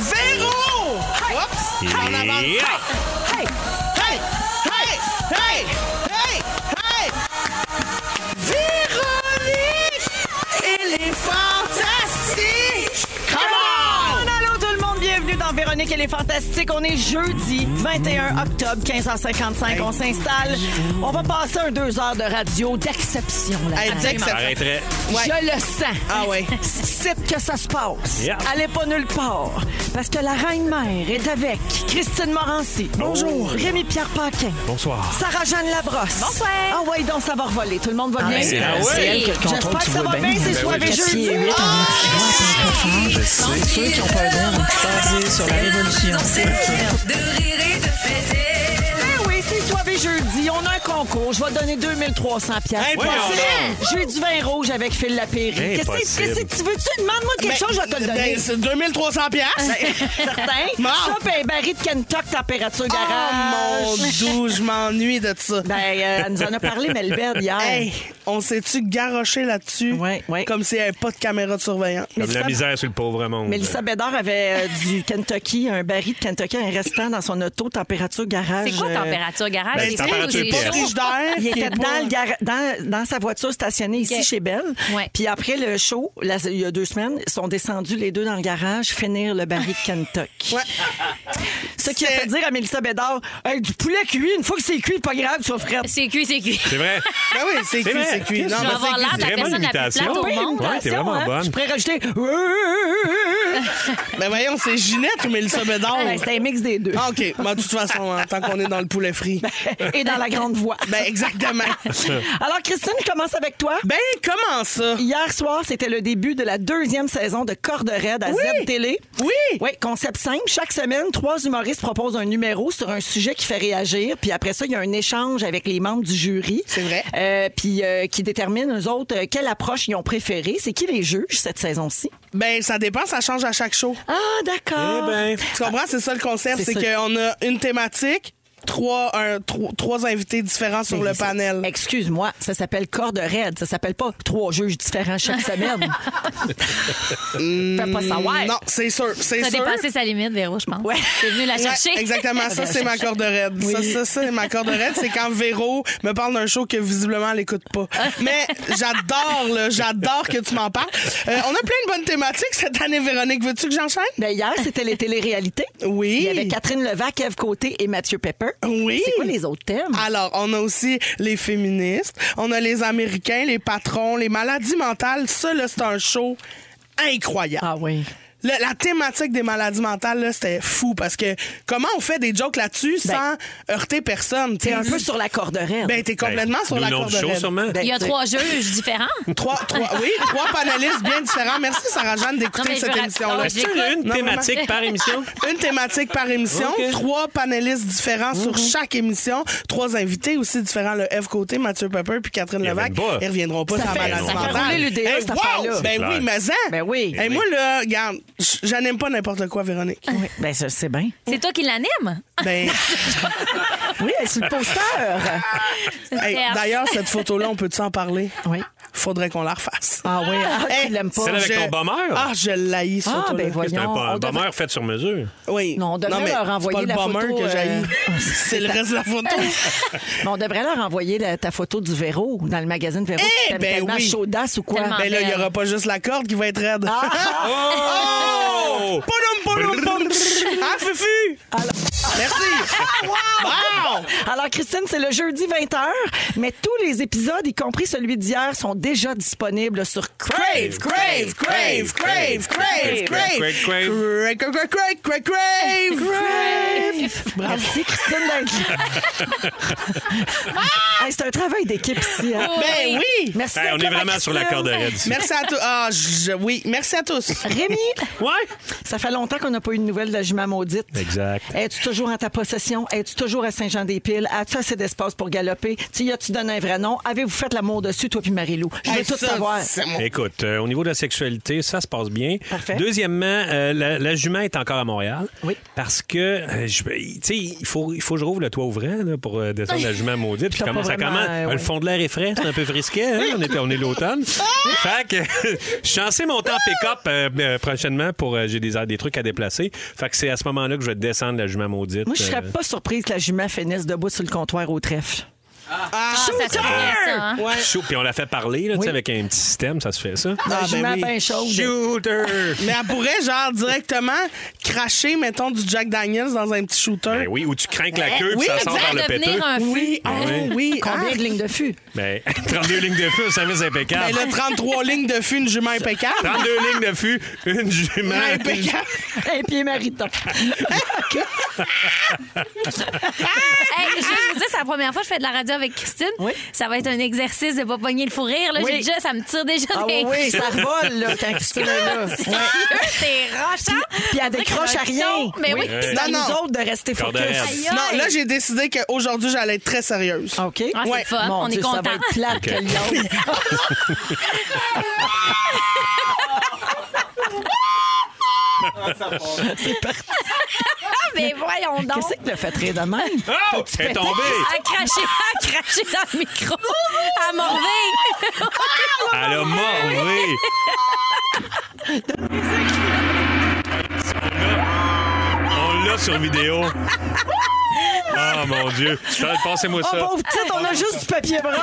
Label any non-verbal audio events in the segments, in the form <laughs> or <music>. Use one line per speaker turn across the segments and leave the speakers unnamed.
Véro! Hey! On avance. Hey!
Yeah!
Hey! Hey! Hey! Hey! Hey! Véronique! Elle est fantastique! Come
Allô tout le monde, bienvenue dans Véronique et les Fantastiques. On est jeudi 21 octobre, 15h55. On s'installe. On va passer un deux heures de radio d'exception. là.
on! Hey, dis que ça-
Arrêterait.
ouais.
Je le sens.
Ah ouais.
C'est que ça se passe.
Yeah.
Allez pas nulle part. Parce que la reine-mère est avec Christine Morancy. Bonjour. Rémi-Pierre Paquin.
Bonsoir.
Sarah-Jeanne Labrosse.
Bonsoir.
Ah ouais, donc ça va revoler. Tout le monde va bien?
c'est Ah elle, ouais.
c'est elle que J'espère que ça va bien, c'est soir et jeudi. Ah!
Ceux qui ont pas le droit de baser sur la révolution.
Ben oui, c'est soir et jeudi. On a un concours. Je vais donner 2300 piastres.
Hey,
Moi,
voyons
c'est- J'ai du vin rouge avec Phil Lapéry. Qu'est-ce que
Impossible.
qu'est-ce que tu veux? Tu demandes-moi quelque
Ben,
chose, je vais te le
ben,
donner.
c'est 2300 piastres.
Certain.
Bon.
Ça, ben, un baril de Kentuck, température
<laughs> Oh mon
garage.
dieu, je m'ennuie de ça.
Ben, euh, elle nous en a parlé, Melbert, hier.
<laughs> Hey, on s'est-tu garoché là-dessus?
Ouais, ouais.
Comme s'il n'y avait pas de caméra de surveillance.
Comme la misère sur le pauvre monde.
Mélissa Bédard avait euh, du Kentucky, un baril de Kentucky, un restant dans son auto, température garage.
C'est quoi
euh,
température garage?
ben,
C'est
température
froid ou c'est
pièce.
Pas
chaud?
riche d'air.
Il
qui
était
est
dans,
pas-
le gar- dans, dans sa voiture stationnée ici
Ok.
chez Belle.
Ouais.
Puis après le show, là, il y a deux semaines, ils sont descendus les deux dans le garage finir le baril de Kentucky.
<laughs>
Ce qui a
C'est-
fait dire à Mélissa Bédard Hey, du poulet cuit, une fois que c'est cuit, pas grave, tu vas frette.
C'est cuit, c'est cuit.
C'est vrai.
Ben oui, c'est
C'est
cuit,
vrai.
c'est cuit.
Qu'est-ce
Non,
que
Je
ben,
vais
mais
avoir
c'est
l'air
cuit,
de
c'est
la
vraiment
personne la plus
l'imitation.
plate au
Oui,
monde.
ouais, t'es vraiment
Attention, hein, Je
bonne.
pourrais rajouter.
c'est- ben voyons, c'est Ginette ou
<laughs>
Mélissa Bédard?
Ouais, Oh, ben, C'est un mix des deux.
Ah, OK. Ben, de toute façon, hein, tant qu'on est dans le poulet frit.
<laughs> Et dans la
<laughs>
grande voix.
Ben, exactement.
Alors, Christine, je commence avec toi.
Ben, comment ça?
Hier soir, c'était le début de la deuxième saison de Corde Raide à Z-Télé.
Oui!
Oui, concept simple. Chaque semaine, trois humoristes proposent un numéro sur un sujet qui fait réagir. Puis après ça, il y a un échange avec les membres du jury.
C'est vrai.
Euh, puis euh, qui détermine, eux autres, euh, quelle approche ils ont préférée. C'est qui les juges cette saison-ci?
Ben, ça dépend, ça change à chaque show.
Ah, d'accord.
Eh ben,
Tu comprends? C'est ça le concept.
C'est
C'est
ça.
qu'on a une thématique, trois, un- trois, trois invités différents sur
Mais
le
c'est-
panel.
Excuse-moi, ça s'appelle corde raide. Ça s'appelle pas trois juges
<laughs>
différents chaque semaine.
Fais pas savoir.
Non, c'est sûr, c'est
T'as
sûr.
dépassé sa limite, Véro, je pense. Ouais. T'es venu la
Ouais,
chercher.
exactement, ça c'est ma corde raide. Ça, ça, c'est ma corde raide. C'est quand Véro me parle d'un show que visiblement elle n'écoute pas. Mais j'adore, là, j'adore que tu m'en parles. Euh, on a plein de bonnes thématiques cette année, Véronique. Veux-tu que j'enchaîne?
Ben, hier, c'était les téléréalités.
Oui.
Il y avait Catherine Levac, Eve Côté et Mathieu Pepper.
Oui. Ah,
C'est quoi les autres thèmes?
Alors, on a aussi les féministes, on a les Américains, les patrons, les maladies mentales. Ça, là, c'est un show incroyable.
Ah oui.
Le- la thématique des maladies mentales, là, c'était fou parce que comment on fait des jokes là-dessus
Ben,
sans heurter personne?
T'es
tu sais?
un peu sur la corde raide.
Ben, t'es complètement sur
Nous,
la
Ah, le nom
corde
du show,
raide.
sûrement.
Ben,
Il y a
t'sais,
trois juges différents.
Trois, trois, oui, trois panélistes bien différents. Merci, Sarah-Jeanne,
Non,
d'écouter
mais je
cette
veux- non,
émission-là.
mais je
Est-ce qu'il y a une
hein. Non, vraiment.
thématique par émission?
Une thématique par émission,
Ok. Mhm.
trois panélistes différents sur chaque émission, trois invités aussi différents, le F côté, Mathieu Pepper puis Catherine
Ils
Levac.
reviennent pas.
Ils reviendront pas
Ça
sans
fait-
maladie
ça fait
mentale.
rouler l'UDA, cette
wow!
affaire-là.
C'est
Ben
clair.
oui, mais ça.
Ben oui.
Et moi, là, regarde, j- j'en aime pas n'importe quoi, Véronique.
<laughs> oui. Ben, ça, c'est bien.
C'est toi qui l'anime?
Ben,
Oui, elle est sur le
Ah.
poster.
hey,
Merde.
d'ailleurs, cette photo-là, on peut-tu en parler?
oui.
Faudrait qu'on la refasse.
Ah oui. Ah, tu
Hey,
l'aimes pas.
celle avec ton bomber?
Ah, je l'haïs, cette
Ah,
photo-là.
ben voilà.
C'est un
Voyons,
pa-
on
un
devrait-
bomber fait sur mesure.
Oui.
Non, on devrait
mais
leur
c'est
envoyer
pas
la
le bomber
photo,
que
euh,
j'haïs. <laughs> C'est le reste de la photo.
Mais ben, on devrait leur envoyer la- ta photo du Véro dans le magazine Véro.
Eh,
qui t'aime
ben
tellement
oui.
chaudasse ou quoi?
Tellement.
Ben là, il n'y aura pas juste la corde qui va être raide.
Ah,
Oh!
<laughs> Podum, podum, podum. Hein, Fufu? Merci. Wow!
Alors, Christine, c'est le jeudi 20h, mais tous les épisodes, y compris celui d'hier, sont déjà disponibles sur Crave.
Crave, crave, crave, crave, crave, crave, crave,
Crave, crave.
crave, crave, crave, crave, crave, crave. Bravo.
Merci, Christine, d'être
<laughs>
là. Hey, c'est un travail d'équipe ici. hein?
Ben oui.
Merci.
Hey, on
d'être
est
là,
vraiment sur la
Christine.
corde raide ici.
Merci à tous. Ah, je- oui, merci à tous.
Rémi,
Ouais.
ça fait longtemps longtemps qu'on n'a pas eu de nouvelles de la jument maudite.
Exact.
Es-tu toujours en ta possession? Es-tu toujours à Saint-Jean-des-Piles? As-tu assez d'espace pour galoper? Tu y as-tu donné un vrai nom? Avez-vous fait l'amour dessus, toi puis Marie-Lou? Je veux
Hey,
tout
ça,
savoir.
c'est mon-
Écoute, euh, au niveau de la sexualité, ça se passe bien.
Parfait.
Deuxièmement, euh, la, la jument est encore à Montréal.
Oui.
Parce que, euh, je- tu sais, il faut, il faut que je rouvre le toit ouvrant là, pour euh, descendre la jument maudite. Puis
T'as
comment
pas
ça
vraiment,
commence?
euh,
Euh,
ouais.
Le fond de l'air est frais, c'est un peu frisquet. hein? On, est, on est l'automne.
Ah!
fait que <laughs> je suis censé monter en pick-up euh, euh, prochainement pour. euh, J'ai des, des trucs à déplacer. Fait que c'est à ce moment-là que je vais descendre la jument maudite.
Moi, je serais
euh,
pas surprise que la jument finisse debout sur le comptoir au trèfle.
Ah,
Ça se fait, ça, hein?
ouais.
Chou, puis on la fait parler, là, tu sais, avec un petit système, ça se fait ça.
La
Ah, ben
jument
oui.
bien chaude.
Shooter!
Mais elle pourrait, genre, directement cracher, mettons, du Jack Daniels dans un petit shooter.
Ben oui, ou tu crains la queue, puis
oui,
ça sort
Prêt
par
à
le péteux.
devenir un fou.
Oui, ah,
Ouais.
oui.
Combien
ah.
de lignes de fût?
Ben, <laughs> 32 lignes de feu, service
Mais
impeccable.
Ben, là, 33 lignes de fût, une jument impeccable.
32 lignes de fût, une jument.
Impeccable.
Un pied mariton.
Hey, je vous dis, c'est la première fois que je fais de la radio avec Christine.
Oui.
Ça va être un exercice de pas pogner le fou rire. Là.
Oui.
J'ai Déjà, ça me tire déjà
Ah oui,
des...
<laughs>
oui, ça revole là, quand Christine est là. Ouais.
C'est rochant.
Puis elle décroche à rien.
Mais oui. Ah,
C'est à
Non,
nous
non.
autres de rester
Corde
focus.
raide.
Aïe, aïe.
Non, là, j'ai décidé qu'aujourd'hui, j'allais être très sérieuse.
OK.
Ah, c'est le fun.
Mon
on
Dieu,
est
Ça
content.
va être plate <laughs> que l'autre.
Mais voyons donc.
Qu'est-ce que le fait rire de même?
Oh!
Faut-tu
Elle est
péter?
tombée!
À cracher, à cracher dans le micro. À morver.
Elle a morvé! On l'a sur vidéo. Oh mon Dieu. Charles, Passez-moi
Oh,
ça.
pauvre petite, on a juste du papier brun!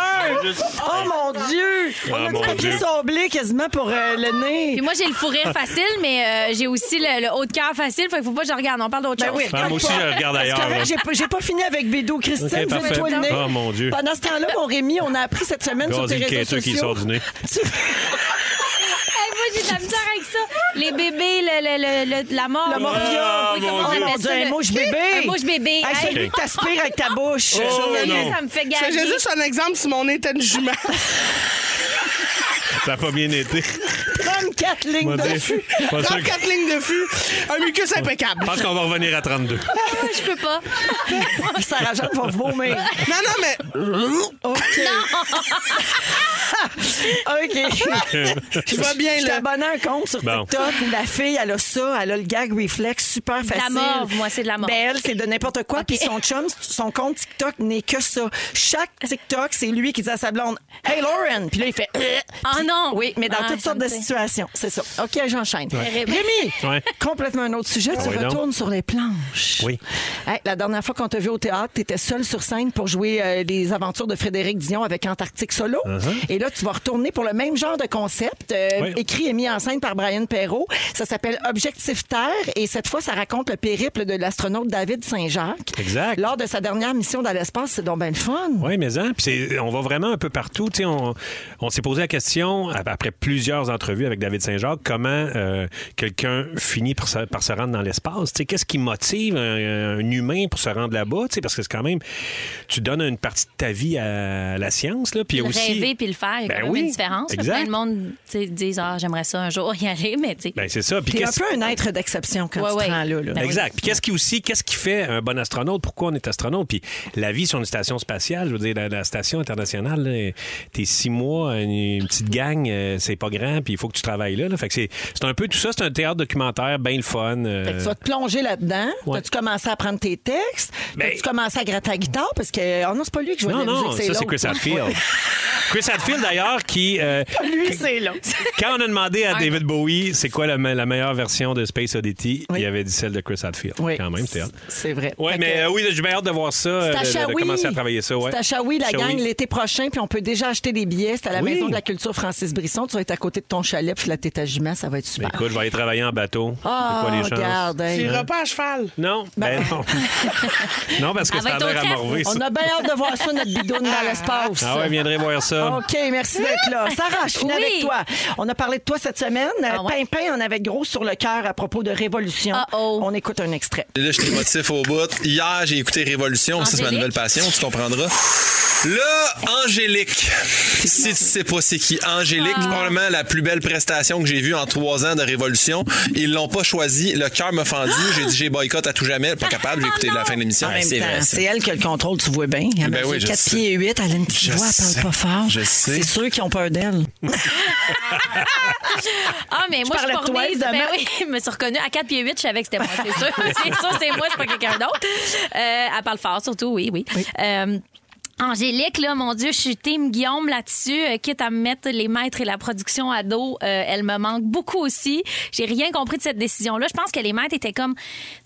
Oh mon Dieu! On
Ah,
a du
mon
papier
Dieu.
sablé quasiment pour euh, le nez.
Puis moi, j'ai le fou rire facile, mais euh, j'ai aussi le, le haut de cœur facile. Fait qu'il faut pas que je regarde. On parle d'autre
Ben
chose.
oui,
Ah, moi aussi,
pas.
je regarde
C'est
ailleurs,
correct,
là.
J'ai pas- j'ai pas fini avec Bédou.
Ok,
Christine,
parfait.
ouvre-toi le nez.
Oh, mon Dieu.
Pendant ce temps-là, mon Rémi, on a appris cette semaine sur
Gazé
tes
le
réseaux
quêteux qui sort
sociaux.
du nez.
Hey, moi, j'ai de la misère avec ça. Les bébés, le, le- le- le- la mort.
Le morphia.
Ah,
Oui,
mon
comment on
Oh
appelle
mon
ça,
Dieu, un
le-
mouche bébé.
Un mouche bébé.
Hey,
Hey,
Celui que t'aspires avec ta bouche.
Oh,
ça,
non.
ça me fait
Je
gagner.
faisais juste un exemple si mon nez était une jument.
Ça n'a pas bien été.
34 lignes de fût.
Pas sûr que-
34 lignes de fût, un mucus impeccable.
Je pense qu'on va revenir à 32.
Ah, je peux pas.
Sarah-Jeanne va vomir.
Non, non, mais.
<laughs> OK. <laughs> OK.
Je vais bien,
Je
là.
t'abonne à un compte sur
Bon.
TikTok où la fille, elle a ça, elle a le gag reflex super facile.
morve, moi, c'est de la morve.
Ben, elle, c'est de n'importe quoi. Puis son chum, son compte TikTok n'est que ça. Chaque TikTok, c'est lui qui dit à sa blonde Hey Lauren! Puis là, il fait Euh
Ah
Puis-
non!
Oui, mais dans
Ah,
toutes
ça
sortes
me
de
fait.
situations. C'est ça. OK, j'enchaîne.
Terrible.
Rémi,
Ouais. Ah
complètement un autre sujet. tu
oui, donc.
retournes sur les planches.
Oui.
Hey, la dernière fois qu'on t'a vu au théâtre, t'étais seul sur scène pour jouer euh, les aventures de Frédéric Dion avec Antarctique Solo.
Uh-huh.
Et là, tu vas retourner pour le même genre de concept, euh,
Oui.
écrit et mis en scène par Brian Perrault. Ça s'appelle Objectif Terre et cette fois, ça raconte le périple de l'astronaute David Saint-Jacques.
Exact.
Lors de sa dernière mission dans l'espace, c'est donc bien le fun.
Oui, mais hein, puis c'est- on va vraiment un peu partout. Tu sais, on on s'est posé la question, ap- après plusieurs entrevues avec David Saint-Jacques, comment euh, quelqu'un finit par se, par se rendre dans l'espace. Tu sais, Qu'est-ce qui motive un, un humain pour se rendre là-bas? Tu sais, Parce que c'est quand même, tu donnes une partie de ta vie à la science. Là, puis
Le
aussi,
rêver puis le faire, il y a
Ben
quand même
oui,
une différence.
exact.
Plein de monde tu sais, disent Ah, j'aimerais ça un jour y aller, mais tu sais.
Ben, c'est ça. Puis
T'es un
qu'est-ce- Euh,
peu un être d'exception quand
Ouais,
tu te
ouais.
rends là. là.
Ben oui.
Exact. Puis qu'est-ce qui aussi, qu'est-ce qui fait un bon astronaute? Pourquoi on est astronaute? Puis la vie sur une station spatiale, je veux dire, la, la station internationale, là, t'es six mois, une, une petite gang, euh, c'est pas grand, puis il faut que tu travailles là. là. Fait que c'est, c'est un peu tout ça, c'est un théâtre documentaire, bien le fun. euh,
Fait que tu vas te plonger là-dedans.
Ouais.
As-tu commencé à prendre tes textes?
Ben-
As-tu commencé à gratter la guitare? Parce que, oh non, c'est pas lui qui joue
non,
la musique,
non, ça c'est
l'autre.
Chris <laughs> Hadfield. Chris Hadfield d'ailleurs qui euh,
Lui, c'est là.
quand on a demandé à David Bowie c'est quoi la, me- la meilleure version de Space Oddity,
Oui.
il avait dit celle de Chris Hadfield.
Oui.
Quand même, c'est hâte.
C'est vrai.
Ouais,
Fait
mais
que-
euh, oui, j'ai bien hâte de voir ça, euh,
C'est à
de, de- de
Shawi.
commencer à travailler ça. Ouais.
C'est à Shawi, la
Shawi.
gang, l'été prochain, puis on peut déjà acheter des billets. C'est à la
Oui.
Maison de la Culture Francis Brisson. Tu vas être à côté de ton chalet, puis la tête à jument, ça va être super.
Ben, Écoute, je vais aller travailler en bateau. C'est
Bah. Ah,
quoi les chances?
regarde. hey.
Tu iras pas à cheval.
Non, ben non. non, parce que
Avec
ça a
ton
l'air à
trèfle.
morver, ça.
On a bien hâte de voir ça, notre bidoune dans l'espace.
Ah ouais, viendrez voir ça.
OK, merci d'être là. Sarah, je finis
Oui.
avec toi. On a parlé de toi cette semaine.
Ah ouais?
Pimpin en avait gros sur le cœur à propos de Révolution.
Uh-oh.
On écoute un extrait.
Et Là, j'étais émotif au bout. Hier, j'ai écouté Révolution. Ça, c'est ma
Angélique.
nouvelle passion, tu comprendras. Là, Angélique. Si tu sais pas c'est qui, Angélique,
Ah.
probablement la plus belle prestation que j'ai vue en trois ans de Révolution. Ils l'ont pas choisi. Le cœur m'a fendu. J'ai dit, j'ai boycott à tout jamais. Pas capable. J'ai écouté la fin de
Ah,
l'émission.
Ah,
En même
C'est
temps,
vrai, ça.
Ah, C'est elle qui a le contrôle, tu vois bien. Elle
Ben
mesure
oui, je
4
sais.
pieds et 8, elle a une petite
Je
voix, elle
sais.
parle pas fort.
Je sais.
C'est ceux qui ont peur d'elle.
Ah, mais moi, je
parlais
suis
de toi,
formée.
évidemment.
Ben oui, <laughs> je me suis reconnue. À 4 pieds 8, je savais que c'était moi, c'est sûr. c'est sûr, c'est moi, c'est pas quelqu'un d'autre. Euh, elle parle fort, surtout, oui, oui. Euh, Angélique, là, mon Dieu, je suis team Guillaume là-dessus. Euh, quitte à me mettre les maîtres et la production à dos, euh, elle me manque beaucoup aussi. J'ai rien compris de cette décision-là. Je pense que les maîtres étaient comme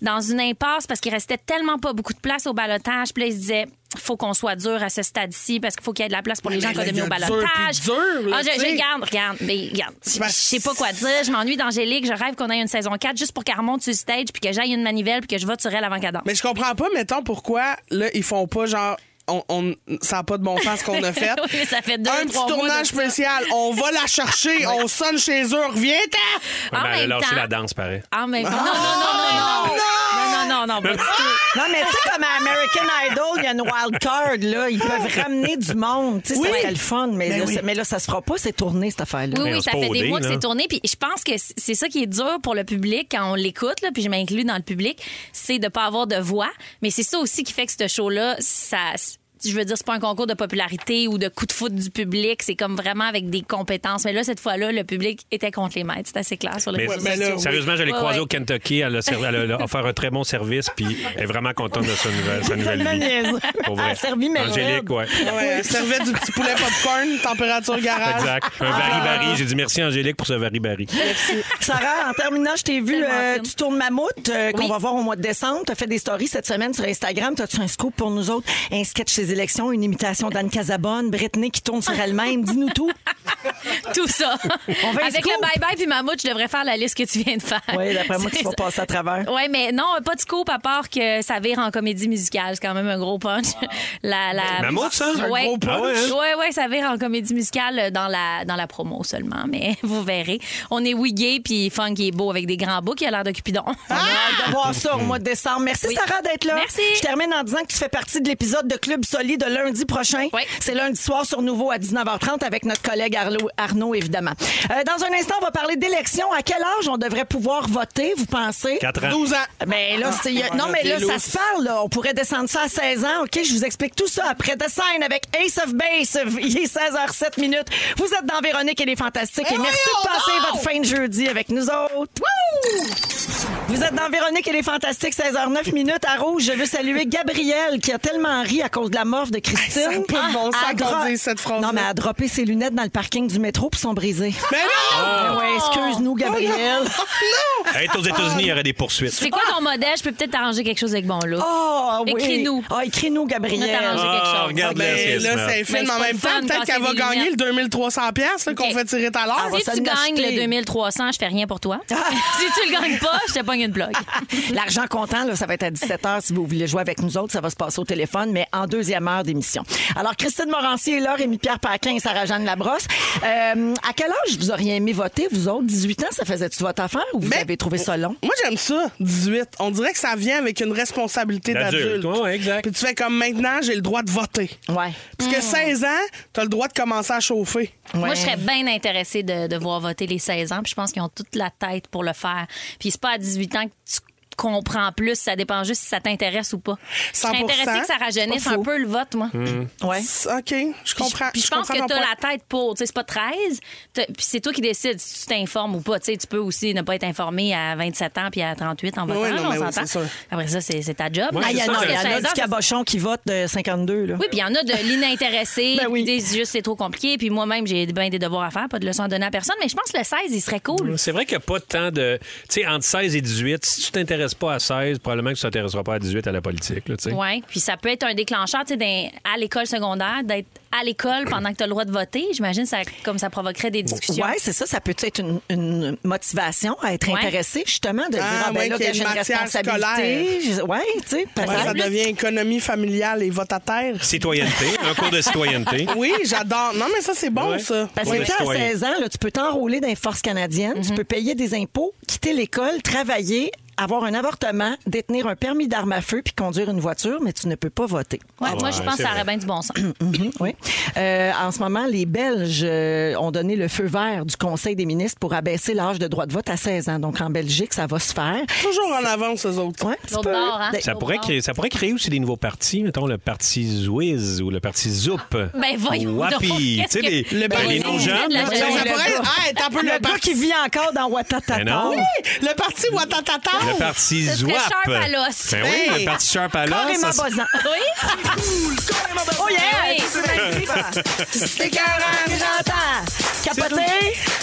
dans une impasse parce qu'il restait tellement pas beaucoup de place au balotage. Puis là, ils se disaient, faut qu'on soit dur à ce stade-ci parce qu'il faut qu'il y ait de la place pour les gens
mais
qu'on a
là,
mis au
il y a dur
balotage.
puis dur, là,
Ah, je-
tu
je
sais.
regarde, regarde, mais regarde. Je
parce-
sais pas quoi dire. Je m'ennuie d'Angélique. Je rêve qu'on ait une saison 4 juste pour qu'elle remonte sur le stage puis que j'aille une manivelle puis que je vote sur elle avant qu'elle danse.
Mais je comprends pas, mettons, pourquoi là, ils font pas genre. On, on- ça n'a pas de bon sens ce
<laughs>
qu'on a fait.
Oui, ça fait deux,
un petit
trois mois de
tournage
ça.
spécial. On va la chercher. On sonne chez eux. Reviens-t'en!
Ouais,
En
ben, elle a
même
lâché
temps-
la danse, pareil.
Ah, mais non, non, non, non, non. Non, non, non, non, pas du tout.
Non, mais tu sais, comme à American Idol, il y a une wild card, là. Ils peuvent ramener du monde. Tu sais,
Oui.
ça serait le fun, mais,
Ben
là,
oui.
ça- mais là, ça se fera pas, c'est tourné, cette affaire-là.
Oui,
Mais on
oui,
se
ça
pas
fait
au
des
dé,
mois que
là.
c'est tourné. Puis je pense que c- c'est ça qui est dur pour le public quand on l'écoute, là, puis je m'inclus dans le public, c'est de pas avoir de voix. Mais c'est ça aussi qui fait que ce show-là, ça. Je veux dire, c'est pas un concours de popularité ou de coup de foot du public. C'est comme vraiment avec des compétences. Mais là, cette fois-là, le public était contre les maîtres. C'est assez clair sur le
Mais,
mais là, oui.
sérieusement, je l'ai
Ouais,
croisée
ouais.
au Kentucky. Elle a, servi- elle a- elle a offert un très bon service, puis elle est vraiment contente de sa nouvelle, sa nouvelle
tellement
vie.
niaiseux.
Pour vrai.
Elle a servi mes
Angélique,
rêves.
ouais.
Ouais, elle servait du petit poulet popcorn, température garage.
Exact. Un vari-bari. J'ai dit merci, Angélique, pour ce vari-bari.
Sarah, en terminant, je t'ai vu,
Tellement
euh,
fine.
tu tournes Mammouth, euh, qu'on
Oui.
va voir au mois de décembre. Tu as fait des stories cette semaine sur Instagram. T'as-tu un scoop pour nous autres? Un sketch des élections, une imitation d'Anne Casabonne, Britney qui tourne sur elle-même. Dis-nous tout.
Tout ça.
On veut un
Avec
scoop.
le bye-bye puis Mammouth, je devrais faire la liste que tu viens de faire.
Oui, d'après moi, tu
C'est
vas
ça.
passer à travers.
Oui, mais non, pas de scoop à part que ça vire en comédie musicale. C'est quand même un gros punch. <laughs> La, la...
Mammouth, ça?
Ouais.
Un gros punch? Ah ouais, hein?
Ouais, ouais, ça vire en comédie musicale euh, dans la, dans la promo seulement, mais <laughs> vous verrez. On est wigué puis Funk est beau avec des grands bouts qui a l'air de Cupidon.
On a hâte de voir ça au mois de décembre. Merci Sarah d'être là.
Ah! Merci.
Je termine en disant que tu fais partie de l'épisode de Club Soli de lundi prochain.
Oui.
C'est lundi soir sur Nouveau à 19h30 avec notre collègue Arlo- Arnaud, évidemment. Euh, dans un instant, on va parler d'élection. À quel âge on devrait pouvoir voter, vous pensez?
Quatre ans.
12 ans.
Mais là, c'est- y a-
Ah,
non, mais
t'es
là, ça
lousse.
se parle. là. On pourrait descendre ça à 16 ans. OK, je vous explique tout ça après The Sign avec Ace of Base. Il est 16h07 minutes. Vous êtes dans Véronique et les Fantastiques.
Ben
Et merci de passer votre fin de jeudi avec nous autres. Wouh! Vous êtes dans Véronique et les Fantastiques, 16h09 minutes à Rouge. Je veux saluer Gabrielle qui a tellement ri à cause de la morve de
Ça n'a
Christine.
pas de bon sens
Elle a
qu'on
dro-
dise cette phrase-là.
Non, mais elle a droppé ses lunettes dans le parking du métro puis sont brisées.
Mais non!
Ben ouais, excuse-nous, Gabrielle.
Être aux États-Unis, il y aurait des poursuites.
C'est quoi ton modèle? Je peux peut-être arranger quelque chose avec mon look.
Oh, oui.
Écris-nous.
Ah, écris-nous,
On a
Gabrielle.
t'arranger
Ah,
quelque chose.
regarde
Ben,
là,
là, c'est
Mais
film
c'est
en
pas
même
le
temps.
fun de
Peut-être qu'elle va
casser des
gagner le
lunettes.
2300$ piastres, là, qu'on
Ok.
fait tirer tout à l'heure.
Ah, va
Si
s'en
tu gagnes
acheter.
le 2300, je fais rien pour toi. <laughs> si tu le gagnes pas, je te pogne une blague.
L'argent comptant, là, ça va être à 17h. Si vous voulez jouer avec nous autres, ça va se passer au téléphone, mais en deuxième heure d'émission. Alors, Christine Morancier est là, Rémi-Pierre Paquin et Sarah-Jeanne Labrosse. Euh, à quel âge vous auriez aimé voter, vous autres? 18 ans, ça faisait-tu votre affaire ou vous
Mais-
avez trouvé ça long?
Moi, j'aime ça, 18. On dirait que ça vient avec une responsabilité
D'adulte.
d'adulte.
Ouais, exact.
Puis tu fais comme maintenant, j'ai le droit de voter.
Ouais.
Parce
Hmm.
que 16 ans, t'as le droit de commencer à chauffer.
Moi,
Ouais.
je serais bien intéressée de, de voir voter les 16 ans. Puis je pense qu'ils ont toute la tête pour le faire. Puis c'est pas à 18 ans que tu comprends plus. Ça dépend juste si ça t'intéresse ou pas. Je serais
100%,
intéressée que ça rajeunisse
c'est pas
un
faux.
peu le vote, moi.
Ouais. Ah,
OK, je
Puis je-
comprends.
Puis je pense
comprends
que
ton
t'as
point.
la tête pour. Tu sais, c'est pas 13. t'as- Puis c'est toi qui décides si tu t'informes ou pas. Tu sais, tu peux aussi ne pas être informé à 27 ans puis à 38 en votant.
non,
on
mais oui,
s'entend.
c'est sûr.
Après ça, c'est c'est ta job.
Ouais,
Mais
Ah, il y
je
en
pense
a,
que
il y en a
16 ans,
du cabochon qui vote de 52, là.
Oui, puis il y en a de l'inintéressé,
<laughs> Ben oui.
puis des juste c'est trop compliqué, puis moi-même j'ai bien des devoirs à faire, pas de leçons à donner à personne, mais je pense que le 16 il serait cool.
C'est vrai qu'il n'y a pas tant de. Tu sais, entre 16 et 18, si tu t'intéresses t'intéresses pas à 16, probablement que tu t'intéresseras pas à 18 à la politique. Là, tu sais.
Oui, puis ça peut être un déclencheur, tu sais, d'un- à l'école secondaire, d'être à l'école pendant que tu as le droit de voter. J'imagine ça, comme ça provoquerait des discussions.
Oui, c'est ça. Ça peut être une, une motivation à être
Ouais.
intéressé, justement,
Ah,
de dire, ah, ben
ouais,
là,
qu'il y
que
a
j'ai une
une matière
responsabilité. Oui, tu sais, peut-être.
Ouais, ça devient économie familiale et vote à
<laughs>
terre.
Citoyenneté, un cours de citoyenneté.
Oui, j'adore. Non, mais ça, c'est bon,
Ouais.
ça.
Parce
Ouais,
que tu sais, à
citoyen.
16 ans, là, tu peux t'enrôler dans les forces canadiennes,
Mhm.
tu peux payer des impôts, quitter l'école, travailler, avoir un avortement, détenir un permis d'arme à feu puis conduire une voiture, mais tu ne peux pas voter.
Ouais, moi, je
Ouais,
pense que
c'est
ça
vrai.
aurait bien du bon sens.
Mhm, oui. Euh, en ce moment, les Belges euh, ont donné le feu vert du Conseil des ministres pour abaisser l'âge de droit de vote à 16 ans. Donc en Belgique, ça va se faire.
Toujours en avance, eux autres.
Ouais, Ben, un petit
L'autre
peu.
bord, hein?
Ça pourrait, créer, ça pourrait créer aussi des nouveaux partis, mettons le parti Zouiz ou le parti Zoup.
Ben, voyons
Ou Wapi,
donc,
tu
qu'est-ce
sais,
que-
des-
Le
ben, les
parti
noms
Zouiz
gens.
de la
Ça, ça
Le
pourrait
gars-
être. Ah, t'as un peu
Le
le
gars
parti.
qui vit encore dans Ouattatata.
Ben non.
Le parti Ouattatata.
Le
<laughs>
parti
Ce serait
Zouap.
Sharp à l'os.
Ben oui,
Hey.
le parti Sharp à l'os.
Carrément
Ah, ça, c'est-
basant.
Oui?
<laughs> Oh yeah!
Oui.
C'est 40, j'entends. Capoter,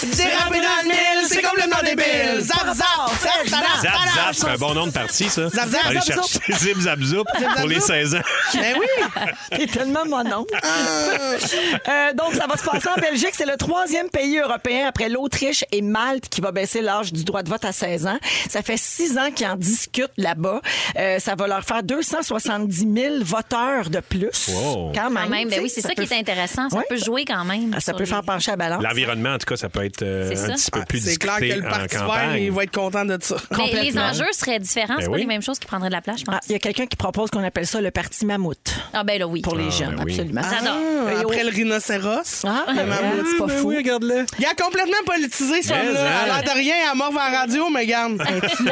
Déraper dans le mille, c'est complètement débile. Zap, zap, zap, zap, zap,
Zap,
zap.
zap, c'est un bon nom de parti, ça.
Zap, zap,
Allez
zap,
chercher <laughs> Zip, zap, zoup pour les 16 ans.
Ben oui.
T'es tellement mon oncle.
Ah.
Euh, donc, ça va se passer en Belgique. C'est le troisième pays européen après l'Autriche et Malte qui va baisser l'âge du droit de vote à 16 ans. Ça fait six ans qu'ils en discutent là-bas. Euh, ça va leur faire 270 000 voteurs de plus.
Wow.
Quand même.
Quand même,
tu
ben
sais,
oui, c'est ça,
peut-
qui est intéressant. Ça
Ouais, Ben,
peut jouer quand même.
Ça
sur
peut
les-
faire pencher la balance.
L'environnement, en tout cas, ça peut être euh,
C'est
un
ça.
petit peu
Ah,
plus
C'est
discuté
clair que le
en
Parti vert,
campagne.
il va être content de ça.
Mais les enjeux seraient différents. C'est
Ben
pas
oui.
les mêmes choses qui prendraient de la place, je pense.
Ah, Il y a quelqu'un qui propose qu'on appelle ça le parti mammouth
Ah, ben là, oui.
pour les jeunes,
ben oui.
absolument.
J'adore.
Ah, Après le rhinocéros.
Ah,
le mammouth.
c'est pas fou.
regarde-le.
Il a complètement politisé, ce
Mais
homme-là.
elle.
À l'air de rien, elle mort vers la radio, mais garde.
Là, <laughs> elle,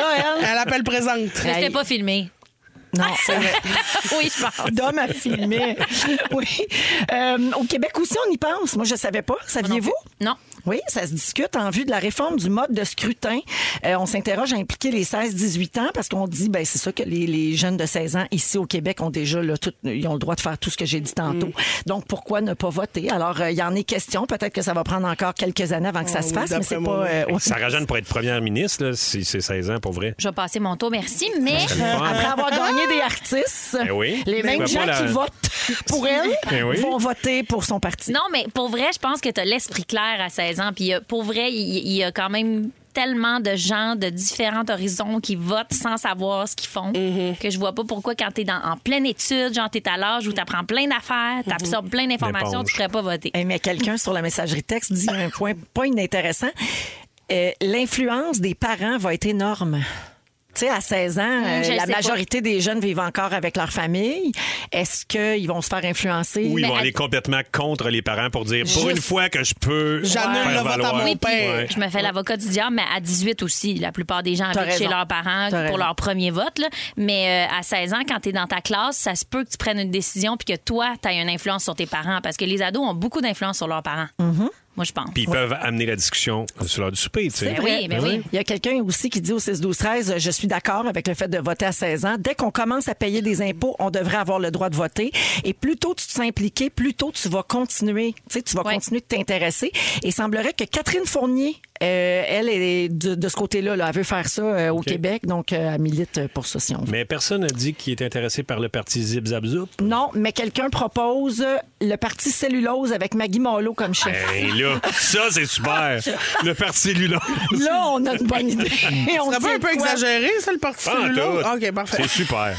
Elle appelle présente.
Mais c'était
Hey.
pas
<laughs>
filmé.
Ah,
non, c'est
<laughs>
vrai.
oui, je pense.
d'hommes à filmer. <laughs> oui. Euh, au Québec aussi, on y pense. Moi, je ne savais pas. Saviez-vous?
Non.
Oui, ça se discute en vue de la réforme du mode de scrutin. Euh, on s'interroge à impliquer les 16-18 ans parce qu'on dit, ben c'est ça que les, les jeunes de 16 ans ici au Québec ont déjà, là, tout- ils ont le droit de faire tout ce que j'ai dit tantôt.
Mm.
Donc, pourquoi ne pas voter? Alors, euh, il y en est question. Peut-être que ça va prendre encore quelques années avant que ça
Oh,
se
oui,
fasse, mais
d'après
c'est
moi,
pas...
oui.
euh, ouais.
Sarah Jeanne pourrait être première ministre, là, si c'est 16 ans pour vrai.
Je vais passer mon tour, merci, mais...
C'est le fun.
Après avoir gagné des artistes,
Ben oui.
les
Ben,
mêmes gens
pourquoi pas
qui
la-
votent pour elle
Ben oui.
vont voter pour son parti.
Non, mais pour vrai, je pense que tu as l'esprit clair à 16 ans. Puis euh, pour vrai, il il y, a quand même tellement de gens de différents horizons qui votent sans savoir ce qu'ils font
Mm-hmm.
que je vois pas pourquoi quand t'es dans, en pleine étude, genre t'es à l'âge où t'apprends plein
Mm-hmm.
d'affaires, t'absorbes plein d'informations,
L'éponge.
tu pourrais pas voter.
Eh, mais quelqu'un sur la messagerie texte dit un point pas inintéressant. Euh, L'influence des parents va être énorme. Tu sais, à 16 ans, euh,
Hmm, je le
la
sais pas.
majorité des jeunes vivent encore avec leur famille. Est-ce qu'ils vont se faire influencer?
Ou ils
Mais
vont
à-
aller complètement contre les parents pour dire pour une fois que je peux
J'annule le
faire
vote à
valoir.
mon
Oui, puis
père.
Ouais.
je me fais l'avocat du diable, mais à 18 aussi, la plupart des gens
T'as
habitent chez
raison.
leurs parents
T'as
pour
raison.
leur premier vote. là. Mais euh, à 16 ans, quand tu es dans ta classe, ça se peut que tu prennes une décision puis que toi, tu as une influence sur tes parents. Parce que les ados ont beaucoup d'influence sur leurs parents.
Mm-hmm.
Moi, je pense.
Puis ils peuvent amener la discussion sur l'heure du souper, tu sais.
Ben oui, mais oui.
Il y a quelqu'un aussi qui dit au 6-12-13, euh, je suis d'accord avec le fait de voter à 16 ans. Dès qu'on commence à payer des impôts, on devrait avoir le droit de voter. Et plus tôt tu te sens impliqué, plus tôt tu vas continuer. Tu sais, tu vas
Ouais.
continuer de t'intéresser. Et il semblerait que Catherine Fournier, euh, elle est de, de ce côté-là, là, elle veut faire ça euh, au Québec. Donc, euh, elle milite pour ça, si on veut.
Mais personne n'a dit qu'il est intéressé par le parti Zip Zap Zoup.
Non, mais quelqu'un propose le parti cellulose avec Maggie Marlowe comme chef.
Hey, là, ça, c'est super. Le parti Lula.
Là, on a une bonne idée. on
Ça
tient
va un peu
de quoi?
exagéré, ça, le parti
Pas en
cellulaire?
tout.
OK, parfait.
C'est super.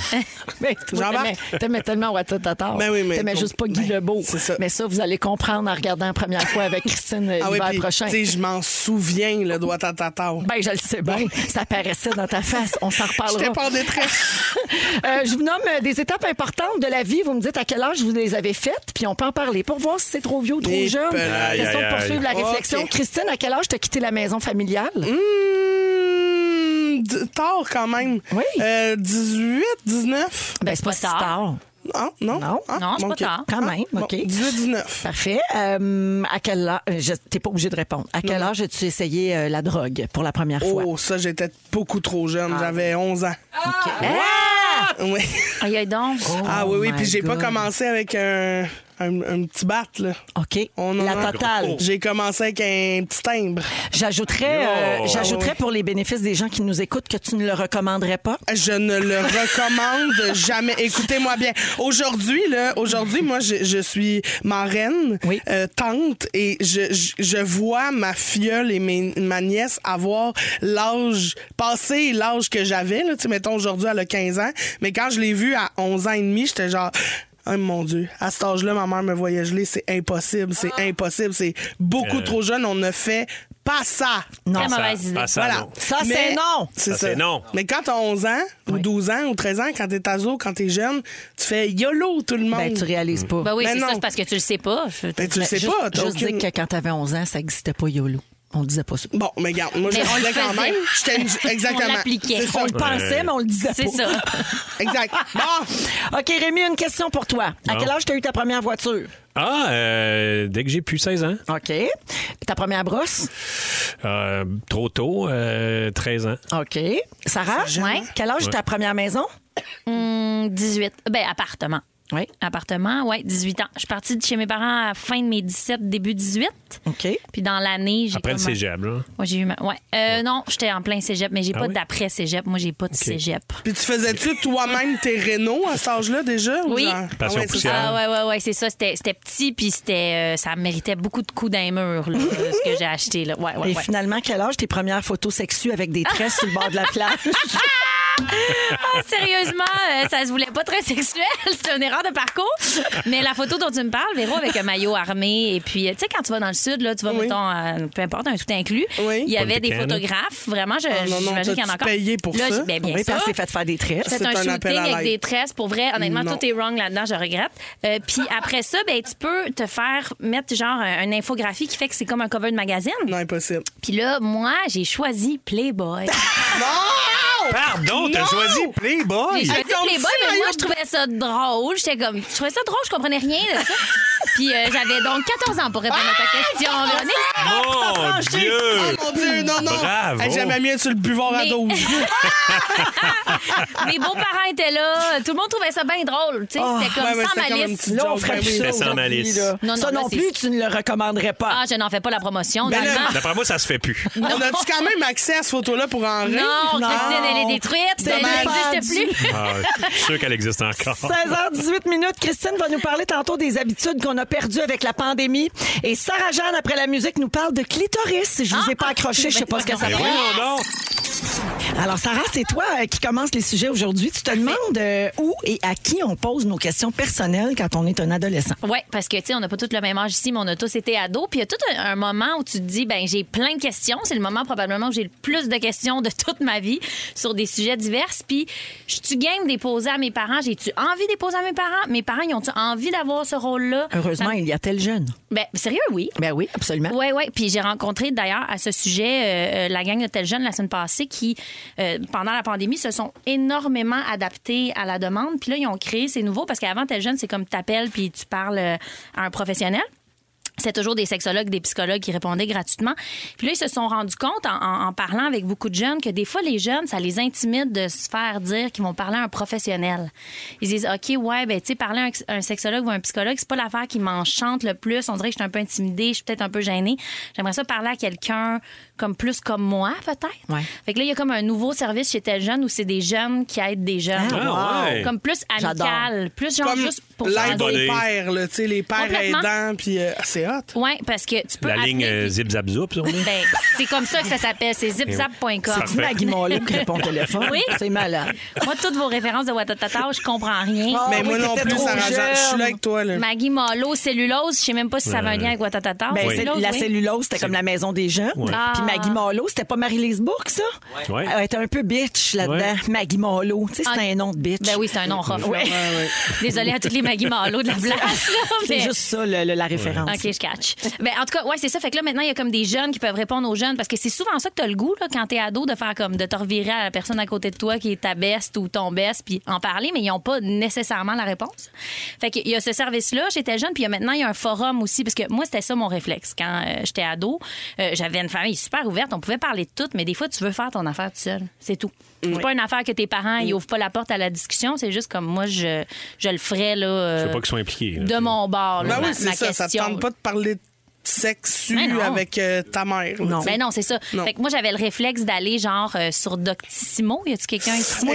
Mais toi,
J'embarque.
t'aimais- T'aimais tellement Ouattatata.
Ben oui, mais-
T'aimais juste pas Guy
Ben,
Lebeau.
c'est ça.
Mais ça, vous allez comprendre en regardant la première fois avec Christine euh,
Ah oui,
l'hiver
puis,
prochain.
tu sais, je m'en souviens, le doigt à tata.
Ben, je le sais bien. Ça paraissait dans ta face. On s'en
J'étais
reparlera.
pas en détresse.
Euh, je vous nomme euh, des étapes importantes de la vie. Vous me dites à quel âge vous les avez faites, puis on peut en parler pour voir si c'est trop vieux ou trop
Et
jeune.
ben, aïe,
Question
aïe,
de
aïe.
poursuivre la
Ok. Hmm?
réflexion. Christine, à quel âge t'as quitté la maison familiale?
Hum, d- tard quand même.
Oui.
Euh, 18, 19.
Ben, c'est pas,
Pas
si
tard.
tard.
Ah, non?
Non.
Ah,
Non, c'est
bon,
pas
ok. Ah,
tard.
Quand même,
Bon,
OK.
18, 19.
Parfait. Euh, à quel âge, je- t'es pas obligé de répondre. À quel âge as-tu essayé euh, la drogue pour la première fois? Ah
Oh, ça, j'étais beaucoup trop jeune. J'avais 11 ans. Oui.
Aïe, aïe donc.
Ah oui, oui,
my
Oh,
puis j'ai pas
Oh God.
commencé avec un, un un, un petit bat, là.
OK.
On en
la
a-
totale.
J'ai commencé avec un petit timbre.
J'ajouterais, euh,
Yo.
Ah
j'ajouterais pour les bénéfices des gens qui nous écoutent que tu ne le recommanderais pas.
Je ne le recommande jamais. Écoutez-moi bien. Aujourd'hui, là, aujourd'hui, moi, je, je suis marraine,
Oui.
euh, tante, et je, je, je vois ma filleule et mes- ma nièce avoir l'âge, passer l'âge que j'avais, là. Tu sais, mettons, aujourd'hui, elle a 15 ans. Mais quand je l'ai vue à 11 ans et demi, j'étais genre, Oh mon Dieu, à cet âge-là, ma mère me voyait geler, c'est impossible, c'est impossible, c'est beaucoup trop jeune, on ne fait pas ça.
Très mauvaise idée.
Ah, ça,
Voilà.
non.
Ça,
Mais-
c'est non.
C'est
Ça,
ça.
c'est non.
Mais quand t'as 11 ans, ou 12 ans, ou 13 ans, quand t'es ado, quand t'es jeune, tu fais YOLO tout le monde.
Ben, tu réalises pas.
Ben oui,
Mais
c'est ça,
non.
c'est parce que tu le sais pas. Je-
Ben, Mm. tu le sais
juste,
pas. t'as
Juste
aucune-
dire que quand t'avais 11 ans, ça n'existait pas YOLO. On disait pas ça.
Bon, mais regarde, moi, je
Mais on
le
le
disais quand
faisait.
même. J'étais
<laughs>
une- Exactement.
On l'appliquait.
C'est ça.
On le pensait, mais on le disait pas.
C'est
<laughs>
ça.
Exact. Bon,
OK, Rémi, une question pour toi. À quel âge t'as eu ta première voiture?
Ah, euh, dès que j'ai plus 16 ans,
OK. Ta première brosse?
Euh, trop tôt, euh, 13 ans.
OK. Sarah?
Ouais.
Quel âge ta première maison?
Hum, 18. Ben, appartement.
Oui.
Appartement, ouais, 18 ans. Je suis partie de chez mes parents à fin de mes 17, début 18.
OK.
Puis dans l'année, j'ai.
Après le
comme-
cégep, là.
Moi, j'ai eu ma- ouais. Euh, non, j'étais en plein cégep, mais j'ai pas
oui?
d'après-cégep. Moi, j'ai pas de cégep.
puis tu faisais-tu toi-même tes rénaux à cet âge-là déjà? ou
Oui.
genre-
Passion
c'est
poussière.
ça.
Ah ouais ouais ouais c'est ça c'était c'était petit puis c'était euh, ça méritait beaucoup de coups d'un mur
<laughs>
là, euh, ce que j'ai acheté là ouais ouais,
Et
ouais.
finalement, quel âge tes premières photos sexues avec des tresses sur le bord de la plage?
<laughs>
Ah, sérieusement, euh, ça se voulait pas très sexuel. <laughs> C'est une erreur de parcours. Mais la photo dont tu me parles, Véro, avec un maillot armé, et puis, euh, tu sais, quand tu vas dans le sud, là, tu vas, mettons, euh, peu importe, un tout inclus,
Oui. Oh,
il y avait
Pomme de
des
canne.
photographes. Vraiment, je-
non, non,
j'imagine qu'il y en a
t'as-tu
encore.
payé pour
Là,
ça?
j- ben, bien
Oui,
sûr.
parce que c'est fait faire des tresses.
C'est
C'est
un,
un appel
shooting
à
avec
l'aide.
des tresses. Pour vrai, honnêtement,
Non.
tout est wrong là-dedans, je regrette. Euh, puis
<laughs>
après ça, ben, tu peux te faire mettre genre un- une infographie qui fait que c'est comme un cover de magazine.
Non, impossible.
Puis là, moi, j'ai choisi Playboy.
Pardon, t'as choisi
J'ai
Playboy!
choisi
Attends,
Playboy,
tu
mais moi,
m'as
je trouvais ça drôle. J'étais comme, je trouvais ça drôle, je comprenais rien de
<laughs>
ça. Puis euh, j'avais donc 14 ans pour répondre à
Ah,
ta question, Véronique.
Ah, Mon Dieu!
Mon Dieu, non, non.
Bravo.
Hey, J'aimais mieux être sur le buvard à
Mais-
12.
<laughs>
<laughs> Mes beaux-parents étaient là. Tout le monde trouvait ça bien drôle. Tu sais, c'était comme
Ah, Ouais, ouais,
sans
c'était comme une
malice.
petite
Là, on
joke,
ferait
ben
plus
oui.
ça
C'était sans
aujourd'hui,
malice.
là.
Non, non,
ça
ben,
non
c'est-
plus, tu ne le recommanderais pas.
Ah, je n'en fais pas la promotion.
Ben là,
honnêtement.
D'après moi, ça se fait plus.
Ah, On a-tu quand même accès à cette photo-là pour en rire?
non,
Non.
Christine, elle est détruite.
C'est
Elle
dommage.
n'existe plus.
Ah, je suis sûr qu'elle existe encore.
16h18 minutes. Christine va nous parler tantôt des habitudes qu'on a perdues avec la pandémie. Et Sarah Jeanne, après la musique, nous parle de clitoris. Je vous ai pas accroché, je sais pas ce que ça
Mais oui,
prend.
non, non!
Alors, Sarah, c'est toi euh, qui commence les sujets aujourd'hui. Tu te demandes euh, où et à qui on pose nos questions personnelles quand on est un adolescent.
Oui, parce que, tu sais, on n'a pas tous le même âge ici, mais on a tous été ados. Puis il y a tout un, un moment où tu te dis, ben j'ai plein de questions. C'est le moment probablement où j'ai le plus de questions de toute ma vie sur des sujets divers. Puis, je tu game des poser à mes parents? J'ai-tu envie des poser à mes parents? Mes parents, ils ont-tu envie d'avoir ce rôle-là?
Heureusement, il y a tel jeune.
Ben, sérieux, oui.
Ben oui, absolument.
Oui, oui. Puis j'ai rencontré d'ailleurs à ce sujet euh, euh, la gang de Tel Jeune la semaine passée qui, euh, pendant la pandémie, se sont énormément adaptés à la demande. Puis là, ils ont créé, c'est nouveau, parce qu'avant Tel Jeune, c'est comme t'appelles puis tu parles euh, à un professionnel. C'était toujours des sexologues, des psychologues qui répondaient gratuitement. Puis là, ils se sont rendus compte, en, en- en parlant avec beaucoup de jeunes, que des fois, les jeunes, ça les intimide de se faire dire qu'ils vont parler à un professionnel. Ils disent, OK, ouais, ben, tu sais, parler à un, un sexologue ou un psychologue, c'est pas l'affaire qui m'enchante le plus. On dirait que je suis un peu intimidée, je suis peut-être un peu gênée. J'aimerais ça parler à quelqu'un comme plus comme moi, peut-être.
Ouais.
Fait que là, il y a comme un nouveau service chez tel jeune où c'est des jeunes qui aident des jeunes.
Ah, ouais.
Comme plus
J'adore.
amical, plus genre
Comme
juste pour
l'aide
jaser.
aux pères, là, tu sais, les pères
Complètement.
aidants, puis euh, c'est hot.
Ouais, parce que tu peux
La
appeler
ligne euh,
puis-
zip zap zoup, on est.
ben, c'est comme ça que ça s'appelle, c'est
Ben
zipzap.com.
Parfait.
Maggie Molleux qui répond au téléphone.
Oui.
C'est malade.
Moi, toutes vos références de Watatata, je comprends rien.
Ah,
Mais moi
oui,
non
t'étais
plus,
trop
Sarah Jeanne, je suis
jeune.
là avec toi. Là.
Maggie Malo, cellulose, je sais même pas si ça avait un lien avec Watatata.
Ben,
Oui.
c'est- La
oui.
cellulose, c'était comme la maison des jeunes.
Ah.
Puis Maggie Marlowe, c'était pas Marie-Lise Bourque, ça?
Ouais.
Elle était un peu bitch là-dedans. Maggie Marlowe. Tu sais, c'était
Ah.
un nom de bitch.
Ben oui, c'est un nom rough.
Ouais.
là. Désolée à toutes les Maggie Malo de la place. là,
<laughs> C'est
mais-
juste ça, le- le- la référence.
OK, je catch.
<laughs>
Ben, en tout cas, ouais, c'est ça. Fait que là, maintenant, il y a comme des jeunes qui peuvent répondre aux jeunes parce que c'est souvent ça que t'as le goût, là, quand t'es ado, de faire comme, de te revirer à la personne à côté de toi qui est ta best ou ton best, puis en parler, mais ils n'ont pas nécessairement la réponse. Fait qu'il y a ce service-là, j'étais jeune, puis il y a maintenant, il y a un forum aussi, parce que moi, c'était ça mon réflexe. Quand euh, j'étais ado, euh, j'avais une famille super ouverte, on pouvait parler de tout, mais des fois, tu veux faire ton affaire tout seul. C'est tout. C'est pas une affaire que tes parents,
Mm.
ils ouvrent pas la porte à la discussion, c'est juste comme moi, je, je le ferais, là.
Je veux
euh,
pas qu'ils soient impliqués. là.
de mon bord, là,
Ben
ma,
oui,
ma
c'est ça. Ça te
question.
tente pas de parler de sexu
Ben non.
avec euh, ta mère. là, tu sais.
Ben non, c'est ça.
Non.
Fait que moi, j'avais le réflexe d'aller genre euh, sur Doctissimo. Y a-tu quelqu'un ici? Ah,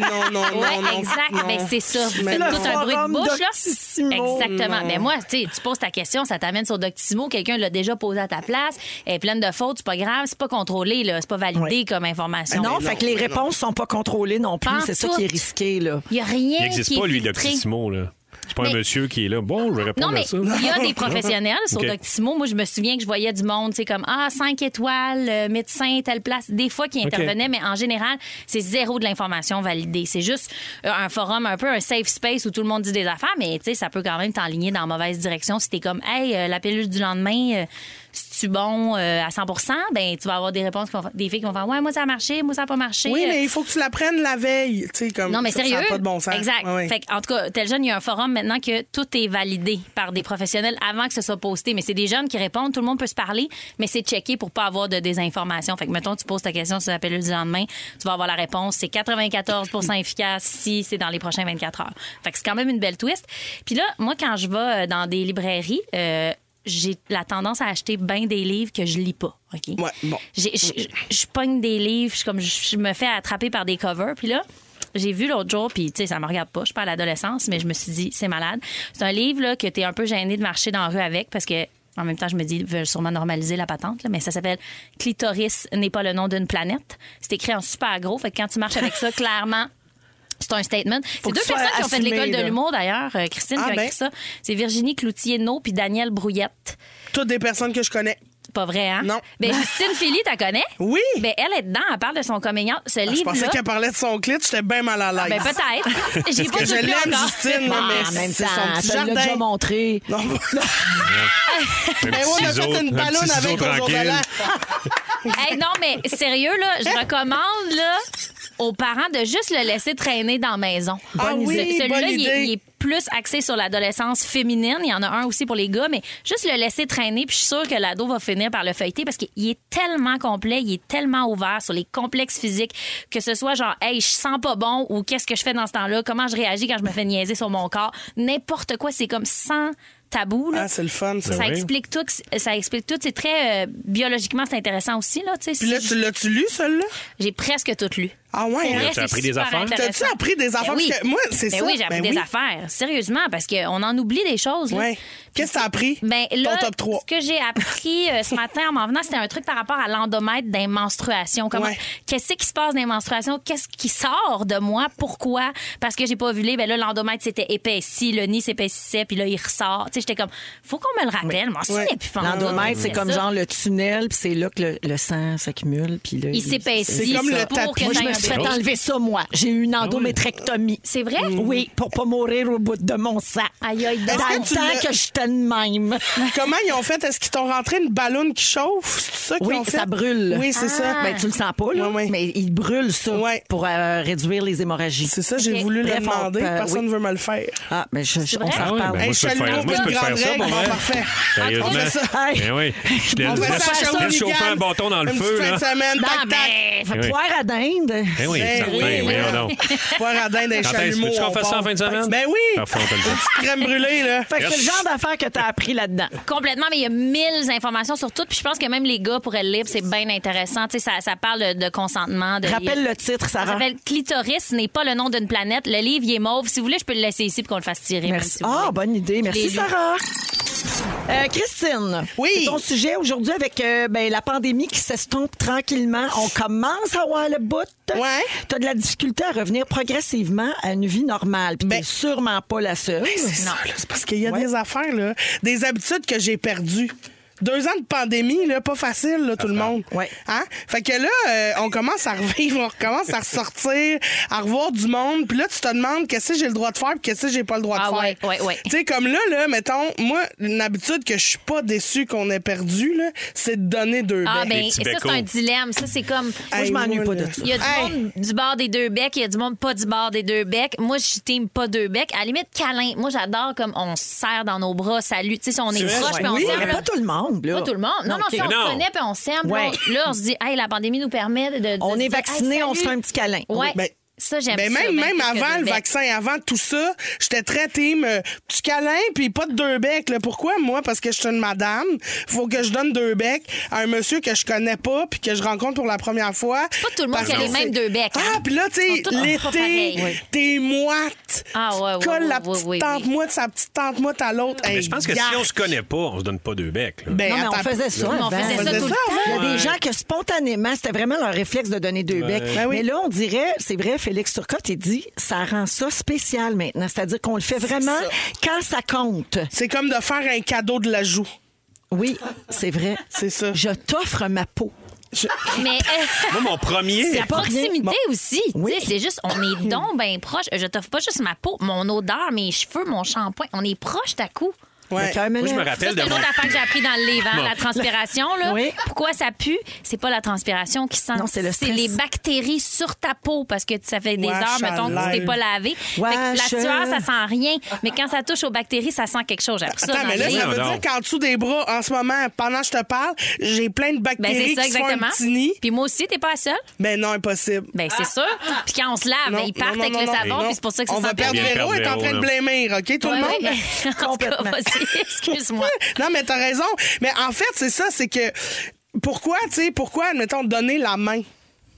<laughs>
non, non, non,
Ouais,
non,
exact.
non.
Ben, c'est ça. Vous
Mais
faites
le
tout un bruit de
forum
bouche, là.
Doctissimo.
Exactement. Mais moi, tu sais, tu poses ta question, ça t'amène sur Doctissimo. Quelqu'un l'a déjà posé à ta place. Elle est pleine de fautes, c'est pas grave, c'est pas contrôlé, là. C'est pas validé
Ouais.
comme information.
Ah Non, fait que les
mais Ben non.
réponses sont pas contrôlées non plus.
Pas en
C'est ça
tout.
qui est risqué, là.
Il y a rien.
Il
qui
n'existe
est
pas, lui,
filtré.
Doctissimo. là. C'est pas
Mais-
un monsieur qui est là. Bon, je vais
Non,
répondre
mais
à ça.
il y a
<laughs>
des professionnels sur
Ok.
Doctissimo. Moi, je me souviens que je voyais du monde, tu sais, comme Ah, 5 étoiles, euh, médecin, telle place, des fois qui intervenaient, mais en général, c'est zéro de l'information validée. C'est juste euh, un forum, un peu un safe space où tout le monde dit des affaires, mais tu sais, ça peut quand même t'enligner dans la mauvaise direction si t'es comme Hey, euh, la pilule du lendemain, euh, si tu bon euh, à 100 ben tu vas avoir des réponses, qui vont fa- des filles qui vont faire Ouais, moi, ça a marché, moi, ça n'a pas marché.
Oui,
Euh,
mais il faut que tu la prennes la veille. tu sais, Comme,
non, mais
ça, ça a
sérieux.
pas de bon sens.
Exact.
Ouais, ouais.
Fait que, en tout cas, tel jeune, il y a un forum maintenant que tout est validé par des professionnels avant que ce soit posté. Mais c'est des jeunes qui répondent, tout le monde peut se parler, mais c'est checké pour pas avoir de désinformation. Fait que, mettons, tu poses ta question sur la pilule du lendemain, tu vas avoir la réponse. C'est 94
<laughs>
efficace si c'est dans les prochains 24 heures. Fait que c'est quand même une belle twist. Puis là, moi, quand je vais euh, dans des librairies, euh, j'ai la tendance à acheter bien des livres que je lis pas. OK?
Ouais, bon.
J'ai- je- je je pogne des livres, je, suis comme, je, je me fais attraper par des covers. Puis là, j'ai vu l'autre jour, puis tu sais, ça me regarde pas, je suis pas à l'adolescence, mais je me suis dit, c'est malade. C'est un livre là, que t'es un peu gêné de marcher dans la rue avec parce que. En même temps, je me dis, ils veulent sûrement normaliser la patente, là, mais ça s'appelle Clitoris n'est pas le nom d'une planète. C'est écrit en super gros. Fait que quand tu marches avec
<laughs>
ça, clairement, c'est un statement. C'est
que
deux
tu sois
personnes qui ont fait
assumé,
l'école de
là.
l'humour, d'ailleurs, euh, Christine,
Ah,
qui a
ben.
écrit ça. C'est Virginie Cloutier-No puis Daniel Brouillette.
Toutes des personnes que je connais. Ah,
Pas vrai, hein?
Non.
Ben, Justine Philly, t'as connais?
Oui. Ah,
Ben, elle est dedans, elle parle de son coming out. Ce
Je
livre-là.
pensais qu'elle parlait de son clit, j'étais bien mal à l'aise.
Ben,
<laughs>
peut-être. J'ai pas
que je
lu
l'aime,
encore.
Ben,
Ah,
Justine, là, Ah, mais c'est son petit
tu l'as déjà
jardin.
montré.
Non, <laughs>
Un
mais
petit
on a
ciseau,
fait
un
une ballonne
petit ciseau
avec au
tranquille.
volant.
Hey, non, mais
<laughs>
sérieux, là, je recommande là, aux parents de juste le laisser traîner dans la maison.
Ah
Ce-
oui, bonne
Celui-là, il,
idée.
est- il est plus axé sur l'adolescence féminine. Il y en a un aussi pour les gars, mais juste le laisser traîner. Puis je suis sûre que l'ado va finir par le feuilleter parce qu'il est tellement complet, il est tellement ouvert sur les complexes physiques, que ce soit genre, hey, je sens pas bon ou qu'est-ce que je fais dans ce temps-là, comment je réagis quand je me fais niaiser sur mon corps. N'importe quoi, c'est comme sans tabou. là.
Ah, c'est le fun, ça.
Ben
Ça
oui.
explique tout. Ça explique tout. C'est très euh, biologiquement, c'est intéressant aussi là. tu sais,
Puis là,
si
tu l'as-tu lu, celle-là?
je- J'ai presque tout lu.
Ah ouais,
Pour
hein?
vrai, c'est
appris des
super
affaires?
intéressant.
T'as-tu appris des affaires?
Ben oui.
Parce que moi, c'est
Ben
ça.
oui, j'ai appris
Ben
des affaires. Sérieusement, parce qu'on en oublie des choses. là.
Ouais. Qu'est-ce que t'as appris?
Ben, là,
Ton top 3.
Ce que j'ai appris euh, ce matin en m'en venant, c'était un truc par rapport à l'endomètre des menstruations. Comment
Ouais.
qu'est-ce qui se passe dans les menstruations Qu'est-ce qui sort de moi Pourquoi Parce que j'ai pas ovulé, ben là l'endomètre c'était épaissi, le nid s'épaississait, puis là il ressort. Tu sais, j'étais comme faut qu'on me le rappelle. Moi,
Ouais.
c'est puis
L'endomètre, c'est comme genre le tunnel, puis c'est là que le, le sang s'accumule. Puis là,
il s'épaissit.
C'est comme le
pour
tapis.
que
Moi, je
t'aies
me
un
suis
bébé.
fait enlever ça, moi. J'ai eu une endométrectomie.
C'est vrai?
Oui, pour pas mourir au bout de mon sang.
Aïe, aïe,
Dans
donc.
Est-ce
le
que tu
temps
l'as-
que j'étais de même.
<laughs> Comment ils ont fait? Est-ce qu'ils t'ont rentré une ballonne qui chauffe? C'est ça qu'ils
Oui,
ont fait?
ça brûle.
Oui, c'est ça.
Ben, tu le sens pas, là,
Ouais, ouais.
mais il brûle ça
Ouais.
pour euh, réduire les hémorragies.
C'est ça, j'ai
Ok.
voulu
Bref,
le
on
demander.
peut-
Personne ne veut me le faire.
Ah, mais je, je- on
vrai?
Ah
s'en
ouais,
reparle.
ben
Hey,
moi,
je
je peux
te
te
le
faire, moi, je peux
montre,
te faire ça. pour vrai.
grande règle, bon, parfait.
Sérieusement.
On fait ça.
Ben oui. Je te
On
laisse
fait ça à
laisse
Shawinigan.
chauffer un bâton dans le
Une
feu.
petite
là.
fin de semaine,
Non,
tac, tac.
mais faut
Eh oui.
poire à dinde.
Ben oui,
Ben
certain.
oui,
voyons
oui.
donc.
Poire à dinde et
Quand est-ce que
chalumeau.
tu qu'on
on
fasse ça en
part.
fin de semaine?
Ben oui.
Parfait, on te le dit.
Crème brûlée, là.
Fait que c'est le
Yes.
genre d'affaires que t'as appris là-dedans.
Complètement, mais il y a mille informations sur tout. Puis je pense que même les gars pourraient le lire, puis c'est bien intéressant. Tu sais, ça, ça parle de consentement. De...
Rappelle le titre,
Ça
Sarah.
s'appelle Clitoris n'est pas le nom d'une planète. Le livre, il est mauve. Si vous voulez, je peux le laisser ici pour qu'on le fasse tirer. même
Merci.
si vous
Ah,
voulez.
bonne idée.
l'ai
Merci,
lu.
Sarah. Euh, Christine,
Oui.
c'est ton sujet aujourd'hui avec euh, ben, la pandémie qui s'estompe tranquillement. On commence à avoir le bout.
Ouais.
Tu as de la difficulté à revenir progressivement à une vie normale. Puis
Ben.
t'es sûrement pas la seule.
C'est ça, là, c'est parce qu'il y a des affaires, là, des habitudes que j'ai perdues. Deux ans de pandémie, là, pas facile, là, tout le monde.
Ouais.
Hein? Fait que là, euh, on commence à revivre, on recommence à ressortir, à revoir du monde. Puis là, tu te demandes qu'est-ce que j'ai le droit de faire, puis qu'est-ce que j'ai pas le droit de
Ah
faire.
ouais, ouais, ouais.
Tu sais, comme là, là, mettons, moi, une habitude que je suis pas déçue qu'on ait perdue, là, c'est de donner deux
Ah,
becs.
ben,
petits
et ça, c'est
becos.
un dilemme. Ça, c'est comme.
Moi, je
Hey,
m'ennuie pas
moi,
de
là.
ça.
Il y a du
Hey.
monde du bord des deux becs, il y a du monde pas du bord des deux becs. Moi, je suis team pas deux becs. À la limite, câlin. Moi, j'adore comme on se serre dans nos bras, salut. Tu sais, si on est
vrai?
proche,
Ouais.
puis on
Oui,
s'aime,
mais
là.
pas tout le monde. Là.
Pas tout le monde. Non, non,
OK.
si on
Mais non.
se connaît puis on s'aime, puis
Ouais.
on- là, on se dit, hey, la pandémie nous permet de. de-
On
de
est
dire,
vacciné,
Hey,
on se
salut.
fait un petit câlin.
Ouais.
Ben,
ça, j'aime
Ben
ça,
même
bien
même
plus que
avant
deux
le
becs.
vaccin, avant tout ça, j'étais très team euh, petit câlin puis pas de deux becs. Là. Pourquoi moi Parce que je suis une madame, faut que je donne deux becs à un monsieur que je connais pas puis que je rencontre pour la première fois.
pas tout le monde
Parce
qui a
que
les
c'est-
mêmes deux becs, hein.
Ah puis là tu sais
Ils sont tous pas
l'été,
pareils. Oui.
t'es moite.
Ah,
Tu
ouais, ouais,
colles
ouais,
la
ouais,
petite
ouais,
tante
ouais.
moite, sa petite tante moite à l'autre.
Mais
Hey,
je pense que
garde.
si on se connaît pas, on se donne pas deux becs. là.
Ben,
Non, mais on
attends,
faisait ça.
Mais on
avant.
faisait ça
faisait
tout le
ça
temps.
Il y a des gens que spontanément, c'était vraiment leur réflexe de donner deux becs.
Ben oui.
Mais là, on dirait, c'est vrai, Félix Turcotte, il dit, ça rend ça spécial maintenant. C'est-à-dire qu'on le fait vraiment quand ça compte.
C'est comme de faire un cadeau de la joue.
Oui, c'est vrai.
C'est ça.
Je t'offre ma peau. <laughs>
Mais euh,
Moi, mon premier.
la proximité aussi. tu sais,
Oui.
C'est juste, on est
<laughs>
donc bien proche. Je t'offre pas juste ma peau, mon odeur, mes cheveux, mon shampoing. On est proche d'un coup.
Ouais.
Calme-le.
Moi, je me
Ça,
rappelle
c'est
de
une
mon.
autre affaire que j'ai appris dans le livre, hein,
Bon.
la transpiration. Là.
Oui.
Pourquoi ça pue? C'est pas la transpiration qui sent.
Non, c'est le stress.
les bactéries sur ta peau parce que ça fait des
Wesh,
heures, mettons, que tu t'es pas lavé. Fait que
Wesh.
la sueur, ça sent rien. Mais quand ça touche aux bactéries, ça sent quelque chose. J'ai appris ça
Attends,
dans
mais
le
là, ça
livre.
veut
Voyons
dire
donc.
qu'en dessous des bras, en ce moment, pendant que je te parle, j'ai plein de
Ben,
bactéries
c'est ça,
qui se font un
exactement.
petit nid.
Puis moi aussi, t'es pas la seule.
Ben non, impossible.
Ben, c'est sûr. Puis quand on se lave,
Non,
ben, ils partent
non, non,
avec
non,
le
non,
savon,
non.
puis c'est pour ça que ça
On va
sent
perdre
bien.
Véro, elle est en train
Véro,
de
là.
blâmer, OK, tout le
Ouais,
monde? <laughs>
ouais. <laughs> En tout cas,
Complètement.
vas-y, <laughs> excuse-moi.
Non, mais t'as raison. Mais en fait, c'est ça, c'est que pourquoi, tu sais, pourquoi, admettons, donner la main?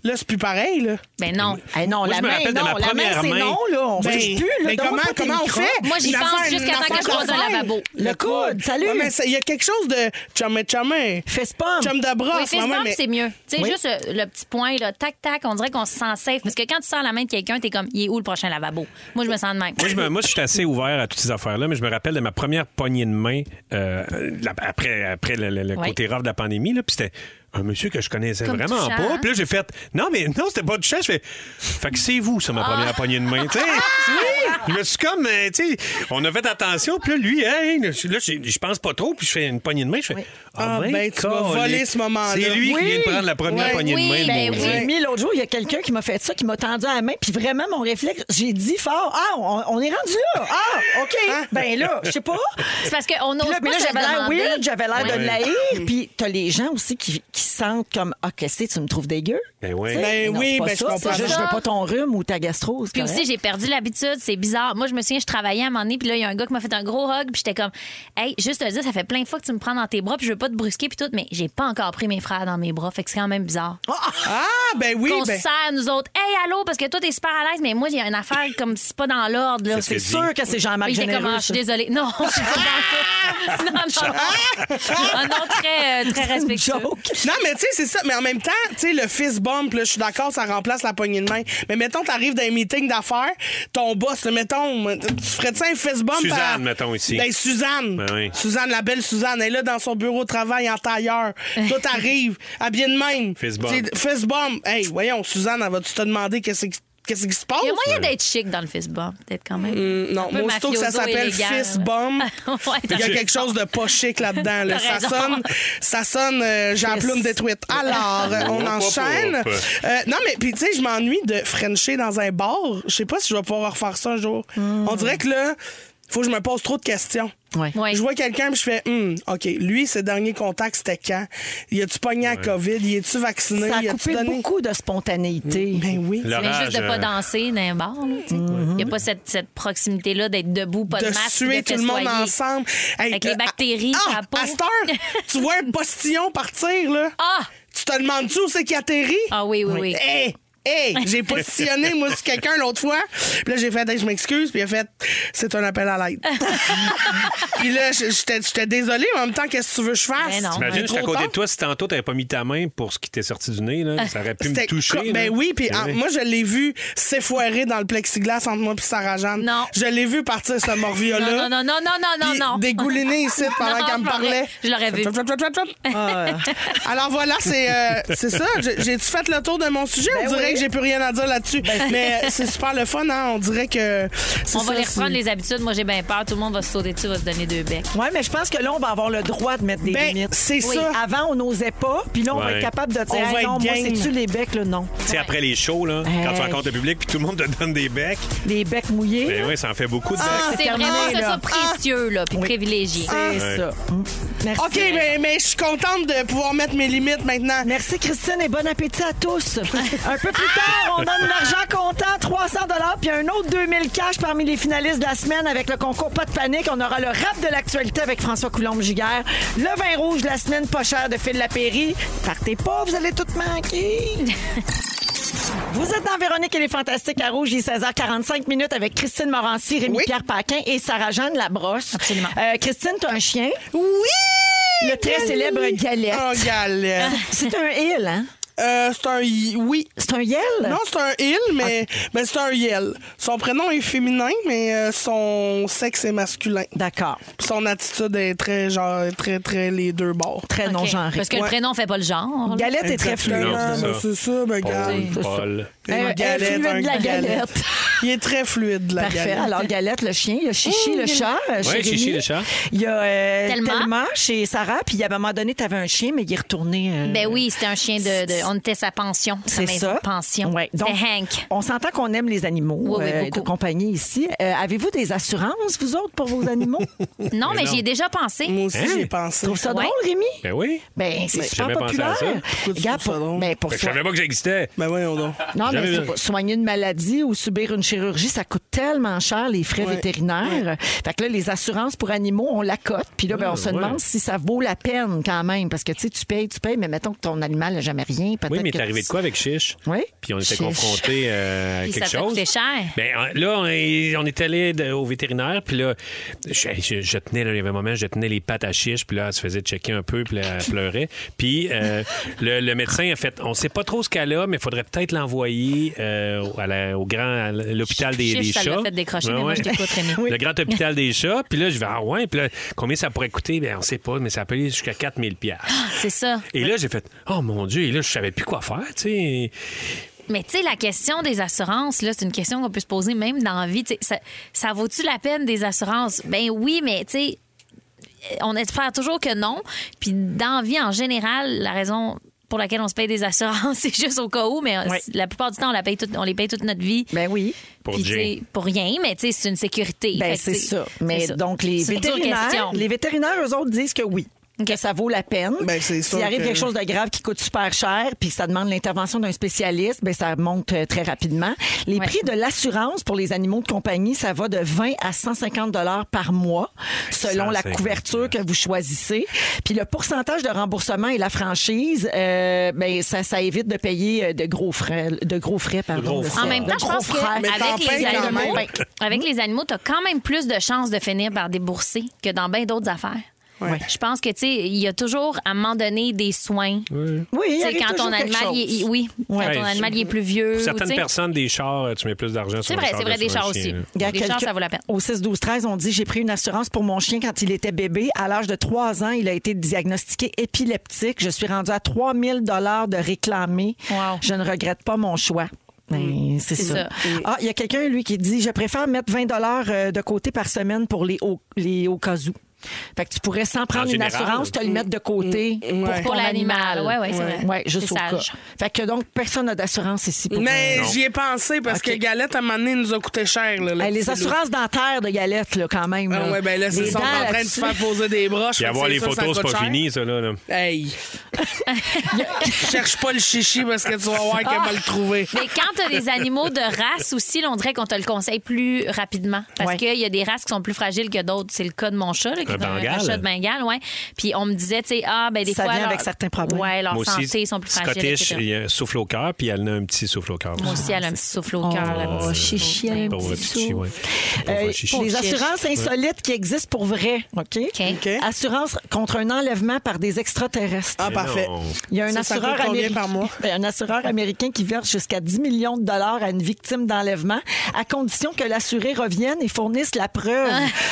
Là, c'est plus pareil, là.
Ben non.
Eh
Moi,
non, la
je me
main,
rappelle de
non,
ma
la main,
première
c'est
main.
non, là. On
Ben,
touche plus, là.
mais
Donne-moi
comment,
pas tes
comment on
microbes.
fait?
Moi, j'y
Une
pense
affaire-
jusqu'à
une
temps que
affaire
je croise un
d'affaires.
lavabo.
Le coude, salut.
Ouais, mais ça- il y a quelque chose de chumé chumé.
Fist bump.
Chum de bras,
Oui,
en ce
fist
moment,
bump,
mais-
c'est mieux. Tu sais,
Oui.
juste euh, le, petit point, là, tac, tac, on dirait qu'on se sent safe. Parce que quand tu sens la main de quelqu'un, t'es comme, il est où le prochain lavabo? Moi, je me sens de même.
Moi je, me- moi, je suis assez ouvert à toutes ces affaires-là, mais je me rappelle de ma première poignée de main euh, la- après, après le, le- le
Ouais.
côté rough de la pandémie. Là, puis c'était un monsieur que je connaissais
Comme
vraiment
touchant,
pas.
hein?
Puis là, j'ai fait Non, mais non, c'était pas du chat. Je fais Fait que c'est vous, ça, ma
Ah.
première poignée de main. Tu sais, oui, je me suis comme, euh, tu sais, on a fait attention. Puis là, lui, hey, là, j'ai- je pense pas trop. Puis je fais une poignée de main. Je fais
Ah, ben, tu m'as
colin.
volé ce moment-là.
C'est lui
Oui.
qui vient de prendre la première
Ouais.
poignée
Oui,
de main.
ben
mon
oui.
Dieu.
J'ai mis l'autre jour, il y a quelqu'un qui m'a fait ça, qui m'a tendu la main, puis vraiment, mon réflexe, j'ai dit fort, ah, on, on est rendu là, ah, OK,
Hein?
ben là, je sais pas.
C'est parce qu'on
Puis
n'ose
là,
pas
mais là,
se
j'avais l'air
demander.
weird, j'avais l'air de
Ouais.
l'haïr, puis t'as les gens aussi qui, qui sentent comme, ah, qu'est-ce que c'est, tu me trouves dégueu?
Ben oui.
Tu sais,
Ben
non,
oui,
c'est pas
ben, je
ça,
comprends.
c'est juste,
Ça.
je veux pas ton rhume ou ta gastro. c'est
Puis
correct.
aussi, j'ai perdu l'habitude, c'est bizarre. Moi, je me souviens, je travaillais à un moment donné, puis là, il y a un gars qui m'a fait un gros hug, puis j'étais comme, hey, juste te dire, ça fait plein de fois que tu me prends dans tes bras, puis je veux pas te brusquer, puis tout, mais j'ai pas encore pris mes frères dans mes bras, fait que c'est quand même bizarre.
Ah, ben oui,
qu'on
ben...
se serre, nous autres, hey, allô, parce que toi, t'es super à l'aise, mais moi, il y a une affaire comme si c'est pas dans l'ordre, là.
C'est
C'est sûr que c'est Jean-Marc
Oui, j'étais comme,
Généreux.
ah,
<laughs>
je suis désolée. Non, je suis pas
Ah!
dans ça. Non, non, non. Un nom très, euh, très
ça. Une
respectueux.
joke.
Non, mais tu sais, c'est ça. Mais en même temps, tu sais, le fist bump, là, je suis d'accord, ça remplace la poignée de main. Mais mettons, t'arrives d'un meeting d'affaires, ton boss, là, mettons, tu ferais ça un fist bump à...
Suzanne, mettons, ici.
Ben, Suzanne.
Ben oui.
Suzanne, la belle Suzanne, elle est là dans son bureau de travail en tailleur. Toi, t'arrives, habillée de même.
Fist bump.
T'sais, Fist bump. Hey, voyons, Suzanne, elle va-tu te demander qu'est-ce qui qu'est-ce qui se passe?
Il y a moyen d'être chic dans le fist bump, peut-être quand même. Un
Non,
peu
moi, Mm. aussitôt que ça
mafioso
s'appelle
élégant. Ah,
fist bump,
<laughs> Ouais,
il y a
t'as-
quelque chose
<laughs>
de pas chic là-dedans. là.
T'as
Ça
raison.
sonne, ça sonne euh, j'ai la plume détruite. Alors, euh, on
Oup, oup,
enchaîne.
oup.
Euh, non, mais puis tu sais, je m'ennuie de Frencher dans un bar. Je sais pas si je vais pouvoir refaire ça un jour. On dirait que là, faut que je me pose trop de questions.
Ouais.
Hmm. Ouais.
Je vois quelqu'un puis je fais Hum, OK, lui, ses derniers contacts, c'était quand? Il a-tu pogné à COVID? Il est-tu vacciné?
Ça a
Il a-tu
coupé
donné?
beaucoup de spontanéité.
Ben oui.
Mais
L'orage,
juste de pas
euh,
danser dans un bar. là, tu sais. Il n'y a pas cette, cette proximité-là d'être debout, pas de,
Mm-hmm. de
masque.
suer
de
tout le monde
festoyer.
ensemble. Hey,
Avec les
euh,
bactéries,
ah,
sa peau.
À cette heure, tu vois un postillon partir, là.
<laughs> Ah!
Tu te demandes-tu où c'est qui atterrit?
Ah oui, oui, oui.
Hey, Hey,
<laughs>
j'ai positionné, moi, sur quelqu'un l'autre fois. Puis là, j'ai fait, Hey, je m'excuse. Puis il a fait, c'est un appel à
<laughs>
l'aide. puis là, j- j'étais j'étais désolée, mais en même temps, qu'est-ce que tu veux que je fasse?
Mais Ben non.
T'imagines,
Ah, Mais
j'étais à
trop
côté de
tard.
toi, si tantôt t'avais pas mis ta main pour ce qui t'est sorti du nez, là, ça aurait pu me
C'était co-
toucher. là.
Ben oui, puis
Eh
en-
oui.
moi, je l'ai vu s'effoirer dans le plexiglas entre moi puis Sarah Jeanne.
Non.
Je l'ai vu partir ce
Non, non,
morvia-là.
non, non, non, non,
puis
non. <laughs>
dégouliner ici pendant
Non,
qu'elle me
je l'aurais-
parlait.
je l'aurais vu.
<laughs> Alors voilà, c'est euh, c'est ça. J'ai- J'ai-tu fait le tour de mon sujet? on dirait
oui.
que j'ai plus rien à dire là-dessus. Mais euh, c'est super le fun, hein? On dirait que. c'est
On va
ça,
les
c'est-
reprendre les habitudes. Moi, j'ai bien peur. Tout le monde va se sauter dessus, va se donner deux becs.
Oui, mais je pense que là, on va avoir le droit de mettre des
Ben,
limites.
c'est
Oui.
ça.
Avant, on n'osait pas, puis là, on va
Ouais.
être capable de dire
On
Hey,
va être
non, moi,
game.
c'est-tu les becs, là? Non.
Tu sais, après les shows, là, quand tu
Hey.
rencontres le public puis tout le monde te donne des becs,
Les becs mouillés.
ben oui, ça en fait beaucoup de becs.
C'est
terminé,
vraiment ça,
là.
ça précieux, là,
Ah!
puis privilégié. Ah!
C'est
Ouais.
ça. Mm. Merci.
OK, ben, mais, mais je suis contente de pouvoir mettre mes limites maintenant.
Merci Christine et bon appétit à <laughs> tous. Un peu plus tard, on donne l'argent comptant, 300 dollars, puis un autre 2000 cash parmi les finalistes de la semaine avec le concours Pas de panique. On aura le rap de l'actualité avec François Coulombe-Giguère, le vin rouge de la semaine pas cher de Phil Lapéry. Partez pas, vous allez tout <laughs> manquer. Vous êtes dans Véronique et les Fantastiques à Rouge, il est 16h45 minutes avec Christine Morancy, Rémi-Pierre Paquin et Sarah-Jeanne Labrosse.
Absolument.
Euh, Christine, tu as un chien,
Oui!
le très célèbre Galette.
Oh, galette.
C'est un hill, hein?
Euh, c'est un. y- Oui.
C'est un yel?
Non, c'est un il, mais ben, c'est un yel. Son prénom est féminin, mais euh, son sexe est masculin.
D'accord.
Son attitude est très, genre, très, très les deux bords.
Très
OK.
non-genré.
Parce que le
Ouais.
prénom fait pas le genre. là.
Galette est très
Exactement.
fluide.
Non, c'est
Ben,
ça.
c'est ça, ben, regarde.
Paul, Paul.
Une
Euh,
galette,
influent
un
de la galette.
Il est très fluide, la
Parfait.
galette.
Alors, Galette, le chien, il y a Chichi, le chat. euh, chez
Ouais, Chichi,
Rémi.
le chat.
Il y a euh,
Thelma.
Thelma. chez Sarah. Puis, à un moment donné, tu avais un chien, mais il est retourné. euh,
Ben oui, c'était un chien de, de- On était sa pension. sa
C'est
maison
ça.
de Pension.
Ouais.
C'était
Donc,
Hank.
On s'entend qu'on aime les animaux
Oui, oui,
euh, de
beaucoup.
compagnie ici. Euh, Avez-vous des assurances, vous autres, pour vos animaux? tu
Non, mais
non.
j'y ai déjà pensé.
Mm.
Moi aussi,
Hein?
j'ai pensé.
trouves ça
Ouais.
drôle, Rémi?
Ben oui.
Ben, c'est super
jamais pensé à
populaire.
ça.
Pourquoi tu
Regarde,
trouves ça
pour,
drôle?
ben, pour
Fait que Je
soi-
savais pas que j'existais.
Ben voyons donc.
Non, mais
Jamais
c'est
vu.
pas- soigner une maladie ou subir une chirurgie, ça coûte tellement cher les frais
Ouais.
vétérinaires. Fait que là, les assurances pour animaux, on la cote. Puis là, ben, on se
ouais.
demande si ça vaut la peine quand même. Parce que tu sais, tu payes, tu payes, mais mettons que ton animal n'a jamais rien. peut-être
Oui, mais
que
t'es arrivé de quoi avec Chiche?
Oui.
Puis on était
Chiche.
confrontés euh, à
Puis
quelque
ça t'a
chose.
coûté cher.
Ben, euh, là, on est, on est allé de- au vétérinaire, puis là, je, je- je tenais, là, il y avait un moment, je tenais les pattes à chiche, puis là, elle se faisait checker un peu, puis là, elle
<laughs>
pleurait. Puis euh, le, le médecin a fait on sait pas trop ce qu'elle a, mais il faudrait peut-être l'envoyer euh, à la- au grand, à l'hôpital des,
Chiche,
des
ça
chats.
l'a fait décrocher,
Ouais,
mais moi, je
ouais.
t'écoute, Rémi.
<laughs> Le grand hôpital des chats. Puis là, je vais, ah ouais, puis là, combien ça pourrait coûter? Bien, on sait pas, mais ça peut aller jusqu'à 4000 pièces.
C'est ça.
Et là, j'ai fait, oh mon Dieu, et là, je savais plus quoi faire, tu sais.
Mais tu sais, la question des assurances, là, c'est une question qu'on peut se poser même dans la vie. Tu sais, Ça, ça vaut-tu la peine des assurances? Ben oui, mais tu sais, on espère toujours que non. Puis dans la vie, en général, la raison pour laquelle on se paye des assurances, <laughs> c'est juste au cas où, mais euh,
Ouais.
la plupart du temps, on, la paye toute- on les paye toute notre vie.
Ben oui.
Pour
Puis, tu
rien.
sais, Pour rien, mais tu sais, c'est une sécurité. Fait
Ben,
que,
c'est
tu sais,
ça. Mais
c'est ça.
donc, les
C'est une dure
vétérinaires,
question.
les vétérinaires, eux autres, disent que oui. Que ça vaut la peine.
Ben, c'est sûr
S'il arrive
que-
quelque chose de grave qui coûte super cher, puis que ça demande l'intervention d'un spécialiste, ben ça monte euh, très rapidement. Les
Ouais.
prix de l'assurance pour les animaux de compagnie, ça va de 20 à 150 dollars par mois, selon la
150
couverture que vous choisissez. Puis le pourcentage de remboursement et la franchise, euh, ben ça, ça évite de payer euh, de gros frais, de gros frais, pardon.
gros
de
frais.
En même
de
temps, je
gros
pense
frais.
t'en
qu'avec les
payes quand
animaux,
même.
avec les animaux, t'as quand même plus de chances de finir par débourser que dans bien d'autres affaires. Je pense que, tu sais, il y a toujours, à un moment donné, des soins.
Oui, il
Tu sais,
arrive
quand
toujours
ton
quelque
animal, il-
chose.
il- oui,
Ouais.
quand ton animal il est plus vieux.
Pour
ou, tu
certaines
sais,
personnes, des chars, euh, tu mets plus d'argent sur
C'est vrai,
un char
c'est vrai,
que
des
sur un
chars
chien,
aussi.
là.
Il y a
Des chars,
quelqu'un-
ça vaut la peine.
Au 6-12-13, on dit j'ai pris une assurance pour mon chien quand il était bébé. À l'âge de 3 ans, il a été diagnostiqué épileptique. Je suis rendue à 3000 dollars de réclamer.
Wow. Mm.
Je ne regrette pas mon choix. Mais c'est
C'est ça.
ça. Ah, il y a quelqu'un, lui, qui dit Je préfère mettre 20 dollars euh, de côté par semaine pour les hauts les hauts cas où. Fait que tu pourrais, sans prendre
général.
une assurance, te le mettre de côté pour,
Mm. Ouais.
Mm. Pour
ton
l'animal.
animal.
Ouais, ouais, c'est vrai.
Ouais, juste
C'est
au cas.
sage.
Fait que donc, personne n'a d'assurance ici pour
Mais
Non.
j'y ai pensé parce
OK.
que Galette, à un moment donné, nous a coûté cher. Là, le
Hey, les
petit loup.
assurances dentaires de Galette, là, quand même.
Ah ouais, ben là,
Les
c'est ça. On
dents
est en train de
là-dessus.
se faire poser des
Puis
broches. fait que
avoir
c'est
les
sûr que ça
photos, c'est
coûte
pas
cher.
fini, ça, là. là.
Hey! <laughs> Cherche pas le chichi parce que tu vas voir qu'elle va le trouver.
Mais quand
<laughs>
t'as des animaux de race aussi, là, on dirait qu'on te le conseille plus rapidement. Parce
Ouais.
qu'il y a des races qui sont plus fragiles que d'autres. C'est le cas de mon chat, là, qui
Un
d'un
Bengale?
rachat de Bengale, ouais. Puis on me disait, tu sais, ah, ben des
Ça
fois.
vient
leur-
avec certains problèmes.
Ouais, leur
Moi aussi,
santé, ils sont plus fragiles.
Scottish,
etc.
il y a un souffle au cœur, puis elle a un petit souffle au cœur.
Moi aussi, elle a un petit souffle au cœur.
Oh,
la petite.
chichi, elle a un
Pauvre
petit
chichi, ouais.
Euh,
Pauvre chichi.
les assurances insolites qui existent pour vrai, OK?
OK.
Assurance contre un enlèvement par des extraterrestres.
Ah, parfait.
non.
<laughs>
Il y a un
Ça, ça
assureur
coûte combien
américain,
par mois?
Ben, <laughs> un assureur américain qui verse jusqu'à 10 millions de dollars à une victime d'enlèvement, à condition que l'assuré revienne et fournisse la preuve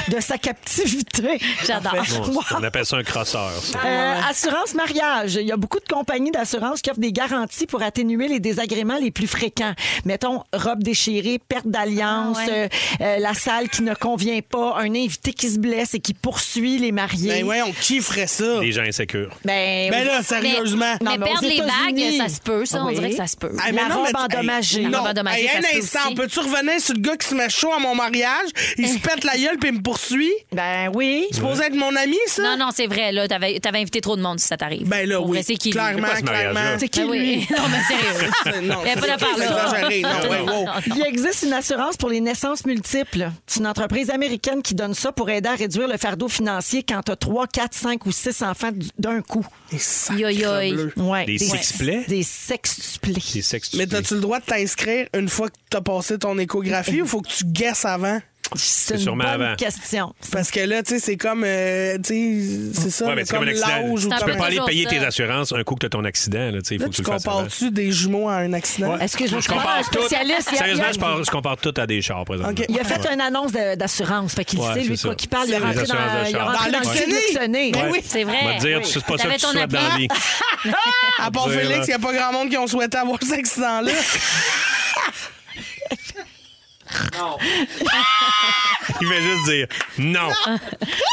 de sa captivité.
J'adore.
Bon,
Wow.
On appelle ça un crosseur.
Ah
ça.
Euh, assurance mariage. Il y a beaucoup de compagnies d'assurance qui offrent des garanties pour atténuer les désagréments les plus fréquents. Mettons, robe déchirée, perte d'alliance,
Ah ouais.
euh, euh, la salle qui ne convient pas, un invité qui se blesse et qui poursuit les mariés.
Ben voyons, qui ferait ça?
Des gens insécures.
Ben,
Ben
oui.
là,
Mais-
sérieusement.
Mais,
Non, mais aux
perdre les
États-Unis.
bagues, ça se peut, ça.
Oui.
On dirait que ça se peut. Ben,
Ah,
la robe
tu-
endommagée.
Hey,
La
non.
robe endommagée,
Hey,
ça se
un
peut
instant,
aussi.
peux-tu revenir sur le gars qui se met chaud à mon mariage? Il se pète la gueule puis il me poursuit?
Ben oui.
Supposé être mon ami, ça?
Non, non, c'est vrai. Là, t'avais, t'avais invité trop de monde si ça t'arrive.
Ben là,
Pour
oui.
vrai, C'est qui, lui?
clairement,
quoi, ce
clairement.
mariage-là?
C'est qui
Ben oui.
lui?
<laughs> non, mais sérieux.
C'est- Non,
Ah! Mais pas
c'est-
de par
c'est
là.
exagéré. Non, ouais, wow.
Il existe une assurance pour les naissances multiples. C'est une entreprise américaine qui donne ça pour aider à réduire le fardeau financier quand tu as 3, 4, 5 ou 6 enfants du- d'un coup.
Et sacre
Yo, yo, yo.
bleu.
Ouais.
Des sextuplets?
Des sextuplés.
Des sextuplés.
Mais t'as-tu le droit de t'inscrire une fois que t'as passé ton échographie ou faut que tu guesses avant?
C'est une
sûrement
bonne
avant.
question.
Parce que là, tu sais, c'est comme. euh, tu sais, c'est ça,
Ouais, mais
mais
c'est comme
comme
un accident.
l'âge ou
C'est un
Tu
comme.
peux pas aller
toujours
payer
ça.
tes assurances un coup que tu as ton accident. Là, tu sais, il faut
Là,
que
tu
tu le fasses avant.
compares-tu des jumeaux à un accident?
Ouais.
Excuse-moi, je
Ah, compare
parle à un
tout.
spécialiste. Il y a- il y
Sérieusement,
a-
je, pars- je compare tout à des chars, présentement.
Ok.
Il a fait une annonce de- d'assurance. Fait qu'il
Ouais,
sait,
c'est
lui, de
ça.
quoi qu'il parle. Il est
Les
rentré dans,
assurances de
il est
char.
rentré
Dans
dans le sud
l'auctionné.
l'auctionné.
Ben oui.
C'est vrai.
On va te dire,
Eh, Oui.
c'est pas ça
T'avais
que tu
ton
souhaites dans la
<laughs>
vie.
À part
Ouais,
Félix,
là.
il n'y a pas grand monde qui ont souhaité avoir
<laughs>
cet accident-là.
Il va juste dire non.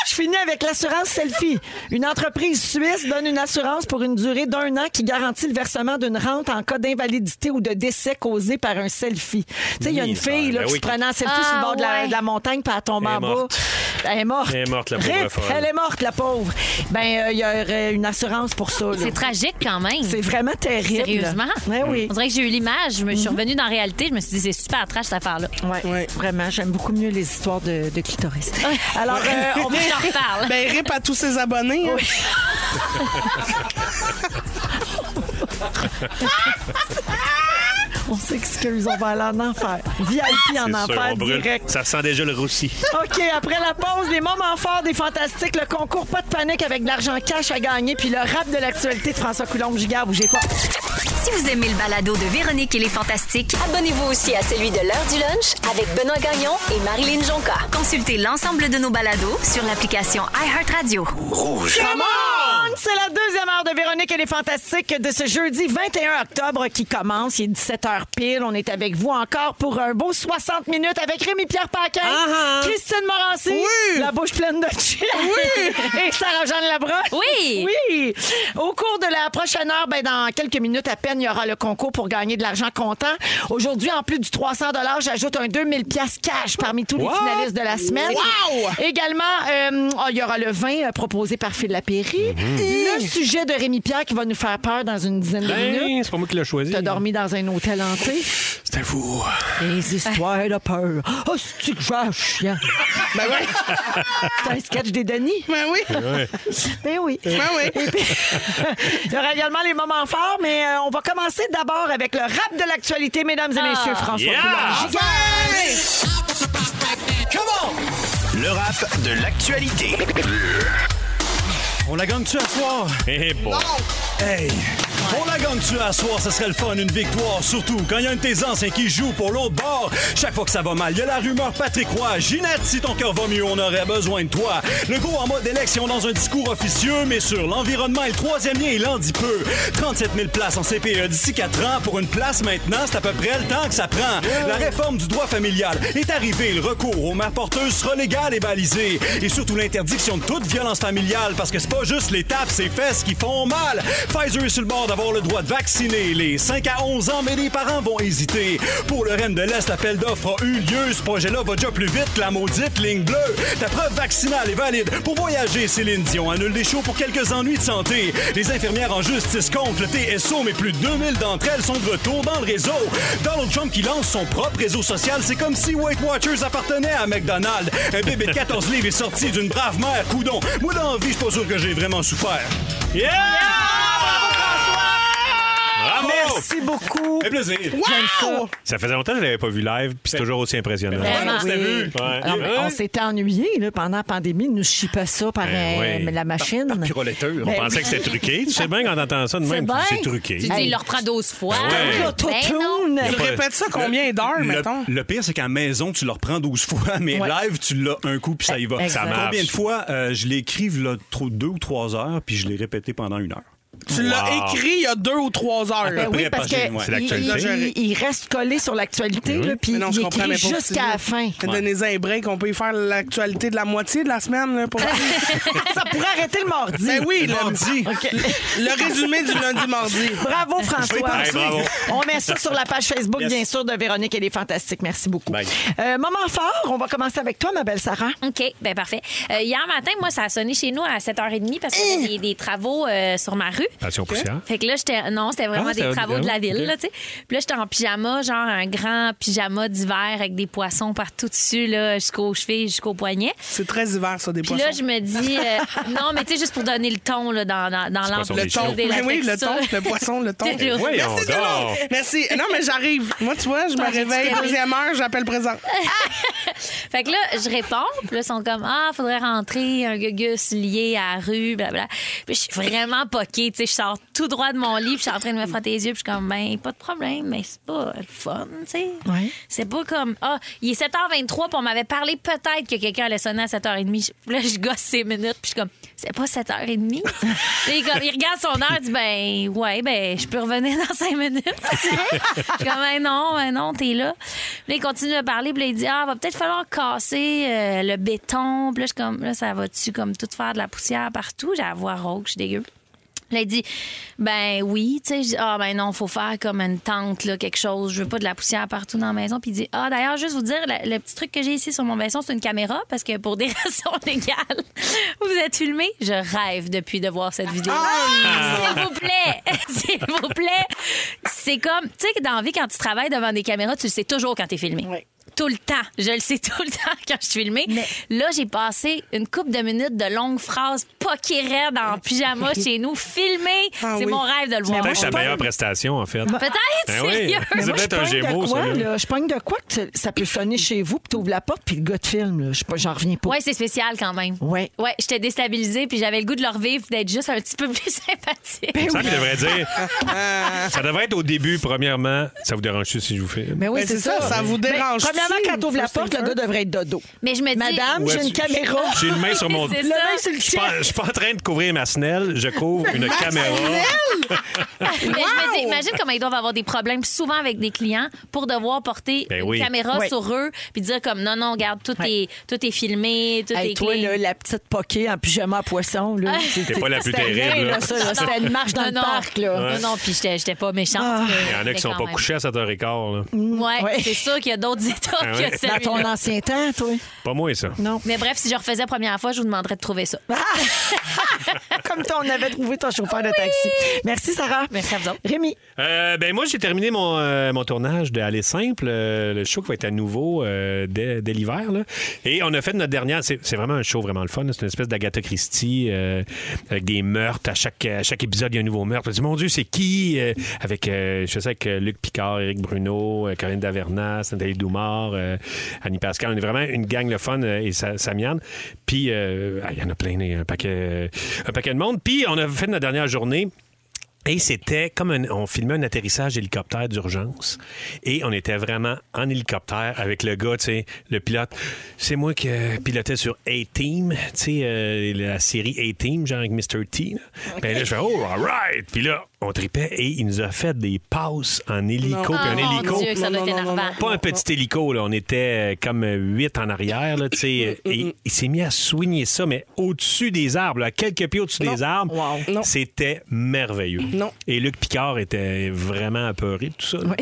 Je finis avec l'assurance selfie. Une entreprise suisse donne une assurance pour une durée d'un an qui garantit le versement d'une rente en cas d'invalidité ou de décès causé par un selfie. Tu sais, il y a une
Oui,
fille là,
ben
qui
oui.
se prenait en selfie
Ah,
sur le bord de, la,
ouais.
de la montagne puis elle tombe
Elle est
en bas.
morte.
Elle est morte.
Elle est morte, la pauvre
Rip,
folle.
Elle est morte, la pauvre. Ben, euh, il y aurait une assurance pour ça. là.
C'est tragique quand même.
C'est vraiment terrible.
Sérieusement?
Ouais, oui. Mm-hmm.
On dirait que j'ai eu l'image, je me suis revenue dans la réalité, je me suis dit, c'est super trash cette affaire-là.
Ouais,
Ouais.
Vraiment, j'aime beaucoup mieux les histoires de, de clitoris. Alors, euh, <laughs> on va-
Je
<laughs>
leur reparle.
ben, rip à tous ses abonnés. hein.
on s'excuse, on va aller en enfer. VIP en
C'est sûr,
enfer
on brûle.
direct.
Ça sent déjà le roussi.
OK, après la pause, les moments forts des Fantastiques, le concours Pas de panique avec de l'argent cash à gagner, puis le rap de l'actualité de François Coulombe-Gigard, bougez pas.
Si vous aimez le balado de Véronique et les Fantastiques,
Abonnez-vous aussi à celui de l'heure du lunch avec Benoît Gagnon et Marilyn Jonca.
consultez l'ensemble de nos balados sur l'application iHeartRadio.
Rouge.
C'est la deuxième heure de Véronique et les Fantastiques de ce jeudi 21 octobre qui commence. Il est 17h pile. On est avec vous encore pour un beau 60 minutes avec Rémi-Pierre Paquin, Christine Morancy,
Oui.
la bouche pleine de chips, <laughs> et Sarah-Jeanne Labrosse.
Oui.
Oui. Au cours de la prochaine heure, ben, dans quelques minutes à peine, il y aura le concours pour gagner de l'argent comptant. Aujourd'hui, en plus du 300 j'ajoute un 2000 pièces cash parmi tous les finalistes de la semaine.
Wow!
Également, euh, oh, il y aura le vin euh, proposé par Phil Lapéry. Le sujet de Rémi Pierre qui va nous faire peur dans une dizaine de minutes.
Ben, c'est pas moi qui l'ai choisi.
T'as dormi dans un hôtel hanté.
C'était fou.
Les histoires de peur. Oh, c'est-tu que j'ai un chien?
Ben oui,
<laughs> C'est un sketch des Denis.
ben oui,
Ben oui.
ben oui.
Et puis, il y aura également les moments forts, mais euh, on va commencer d'abord avec le rap de l'actualité, mesdames et messieurs. François
Yeah!
Coulombe.
Le rap de l'actualité. On la gagne-tu à soir?
Eh bon.
Hey! On la gagne-tu à soir? Ça serait le fun, une victoire. Surtout quand il y a un de tes anciens qui joue pour l'autre bord. Chaque fois que ça va mal, il y a la rumeur Patrick Roy. Ginette, si ton cœur va mieux, on aurait besoin de toi. Le go en mode élection dans un discours officieux, mais sur l'environnement et le troisième lien, il en dit peu. 37 000 places en CPE d'ici 4 ans. Pour une place maintenant, c'est à peu près le temps que ça prend. La réforme du droit familial est arrivée. Le recours aux mères porteuses sera légal et balisé. Et surtout l'interdiction de toute violence familiale, parce que c'est pas juste les tapes, ces fesses qui font mal. Pfizer est sur le bord d'avoir avoir le droit de vacciner les 5 à 11 ans, mais les parents vont hésiter. Pour le Rennes de l'Est, l'appel d'offres a eu lieu. Ce projet-là va déjà plus vite que la maudite ligne bleue. Ta preuve vaccinale est valide. Pour voyager, Céline Dion annule des shows pour quelques ennuis de santé. Les infirmières en justice contre le TSO, mais plus de 2000 d'entre elles sont de retour dans le réseau. Donald Trump qui lance son propre réseau social, c'est comme si Weight Watchers appartenait à McDonald's. Un bébé de 14 livres est sorti d'une brave mère, coudon. Moi, dans la vie, je suis pas sûr que j'ai vraiment souffert. Yeah!
Ah,
Bravo!
Oh!
Merci beaucoup.
Fait plaisir.
J'aime ça.
Ça faisait longtemps que je l'avais pas vu live, puis c'est toujours aussi impressionnant.
Vraiment.
c'était vu.
Oui.
Ouais.
Non, mais on s'était ennuyé là, pendant la pandémie, nous chipait ça par
Eh
euh,
oui.
la machine.
Piroletteur.
On pensait que c'était truqué. Tu sais bien quand on entend ça de même,
bien.
c'est truqué.
Tu dis, il le reprend 12 fois.
Ah
Ben
Ouais.
L'autotune.
Il y a
Ben Tu
pas-
répètes ça combien d'heures,
Le,
mettons?
le pire, c'est qu'à maison, tu le reprends 12 <laughs> fois, mais
Ouais.
live, tu l'as un coup, puis ça y va.
Exact.
Ça marche.
Combien de fois euh, je l'ai écrit v'là trop- deux ou trois heures, puis je l'ai répété pendant une heure?
Tu l'as
Wow.
écrit il y a deux ou trois
Ben
heures.
près
oui, parce que
passé, ouais.
C'est
il,
l'actualité.
il- il reste collé sur l'actualité, là, puis
Mais non, je
il
comprenais
écrit
pas ce que tu
jusqu'à la fin.
disais. Donnez-en un break, on peut y faire l'actualité de la moitié de la semaine.
<laughs>
Là, pour...
ça pourrait arrêter le mardi.
ben oui, le,
Mardi.
le résumé du lundi-mardi.
Bravo, François.
vais y penser. Hey, bravo.
On met ça sur la page Facebook,
Yes.
bien sûr, de Véronique. Elle est fantastique. Merci beaucoup.
Bye.
Euh, moment fort, on va commencer avec toi, ma belle Sarah.
OK, ben parfait. Euh, hier matin, moi, ça a sonné chez nous à 7h30 parce qu'il y avait des, des travaux euh, sur ma rue.
Passion poussière.
Fait que là, j'étais. Non, c'était vraiment
Ah,
des
c'était-
travaux de la
ah,
ville,
ok.
là, tu sais. Puis là, j'étais en pyjama, genre un grand pyjama d'hiver avec des poissons partout dessus, là, jusqu'aux chevilles, jusqu'aux poignets.
C'est très hiver, ça, des
Puis
poissons.
là, je me dis. euh, non, mais tu sais, juste pour donner le ton, là, dans, dans, dans
pas sur
l'amplitude
les
Le
chaud.
ton.
et la
Ben oui, le
texture.
ton, le poisson,
<laughs>
le ton.
Toujours.
Voyons
Merci,
donc.
Véro. Merci. Non, mais j'arrive. Moi, tu vois, je me
Ah, j'ai
réveille
dit que oui.
deuxième heure, j'appelle présent.
Fait que là, je réponds. Puis là, ils sont comme Ah, faudrait rentrer un gugus lié à la rue, blablabla. Puis je suis vraiment poquée. Tu sais, je sors tout droit de mon lit, puis je suis en train de me frotter les yeux, puis je suis comme Ben, pas de problème, mais c'est pas le fun, tu sais.
Ouais.
C'est pas comme Ah, il est 7h23, puis on m'avait parlé peut-être que quelqu'un allait sonner à 7h30. Je- Là, je gosse ces minutes, puis je suis comme C'est pas 7h30. Puis il est comme, il regarde son heure, il dit Ben, ouais, ben, je peux revenir dans 5 minutes. tu sais. Je suis comme, ben non, ben non, t'es là. Puis là, il continue à parler, puis là, il dit, ah, va peut-être falloir casser euh, le béton. Puis là, je suis comme, là, ça va-tu comme tout faire de la poussière partout? J'ai la voix rauque, je suis dégueu. Là, il dit, ben oui, tu sais, je dis, ah, ben non, faut faire comme une tente, là, quelque chose. Je veux pas de la poussière partout dans la maison. Puis il dit, ah, d'ailleurs, juste vous dire, la- le petit truc que j'ai ici sur mon maison, c'est une caméra, parce que pour des <laughs> raisons légales, vous êtes filmé. Je rêve depuis de voir cette vidéo. S'il vous plaît, <laughs> s'il vous plaît. C'est comme, tu sais, que dans la vie, quand tu travailles devant des caméras, tu le sais toujours quand t'es filmé. Tout le temps. Je le sais <laughs> tout le temps quand je suis filmée. Là, j'ai passé une couple de minutes de longues phrases poquées raides en
<laughs>
pyjama chez nous, filmé.
Ah
c'est
oui.
mon rêve de le voir.
Peut-être
Je
la
pogne-
meilleure prestation, en
Bah,
fait.
Peut-être,
Ben oui.
sérieux.
Mais
Mais
C'est
moi, je
peut-être un
pogne
Gémeaux,
de quoi,
ça, là.
là? Je pogne de quoi que tu- ça peut sonner chez vous, puis t'ouvres la porte, puis le gars te filme. là. Je sais pas, J'en reviens pas.
Ouais, c'est spécial quand même.
Ouais.
Ouais, j'étais déstabilisée, puis j'avais le goût de le revivre, d'être juste un petit peu plus <laughs> sympathique.
Ben,
Ça, il devrait dire. ça devrait être au début, premièrement. Ça vous dérange-tu si je vous fais?
Mais oui,
Ben,
c'est
c'est
ça.
ça, ça vous
Ben,
dérange-tu?
Premièrement, quand t'ouvres la
First
porte,
thing
le gars devrait être dodo.
Mais je me dis.
Madame, j'ai une caméra.
J'ai une main sur mon.
C'est
Je
Le
ça.
main sur le
suis
chien.
pas- je suis pas en train de couvrir ma snelle, je couvre une caméra.
Mais je me dis, imagine comment ils doivent avoir des problèmes souvent avec des clients pour devoir porter
Ben
une
oui.
caméra
Ouais.
sur eux puis dire comme non, non, regarde, tout, est, tout est filmé, tout
Hey,
est
toi,
clean.
là, la petite poquée en pyjama à poisson, là. c'est-
T'es pas la plus
c'était rien,
terrible, là.
là, ça, là. C'était une marche dans
Non,
le
Ah. non.
parc, là.
Non, non, puis j'étais j'étais pas méchante. mais-
Il y en a
mais
qui sont
quand
pas
même.
couchés à 7h15. là.
Ah. Ouais,
Ouais.
c'est sûr qu'il y a d'autres <laughs> états
Ah ouais.
que
Dans ton
celui-là.
ancien temps, toi.
Pas moi, ça.
<laughs>
Non.
Mais bref, si je refaisais la première fois, je vous demanderais de trouver ça.
Comme toi, on avait trouvé ton chauffeur de taxi. Merci, Sarah.
Merci à vous autres.
Rémi.
Euh, ben moi, j'ai terminé mon, euh, mon tournage de Aller Simple, euh, le show qui va être à nouveau euh, dès, dès l'hiver. là. Et on a fait notre dernière. C'est c'est vraiment un show vraiment le fun. là. C'est une espèce d'Agatha Christie euh, avec des meurtres. À chaque, à chaque épisode, il y a un nouveau meurtre. Tu dis, mon Dieu, c'est qui Euh, Avec, euh, je fais ça avec euh, Luc Picard, Éric Bruno, euh, Corinne Davernas, Nathalie Doumard, euh, Annie Pascal. On est vraiment une gang le fun euh, et Sa- Samiane. Puis, euh, ah, il y en a plein, il y a un paquet, euh, un paquet de monde. Puis, on a fait notre dernière journée. Et c'était comme un- on filmait un atterrissage hélicoptère d'urgence. Et on était vraiment en hélicoptère avec le gars, tu sais, le pilote. C'est moi qui euh, pilotais sur A-Team, tu sais, euh, la série A-Team, genre avec Mr. T. là. Ben là, je fais, oh, all right. Puis là, on tripait et il nous a fait des passes en hélico. puis
Ah,
un
mon
hélico.
Dieu, que ça doit être énervant.
Pas un petit hélico, là. on était euh, comme euh, huit en arrière. Là, tu sais,
Mm,
euh, et il s'est mis à soigner ça, mais au-dessus des arbres, là, à quelques pieds au-dessus des arbres.
Wow. Non.
C'était merveilleux.
Non.
Et Luc Picard était vraiment apeuré de tout ça. là.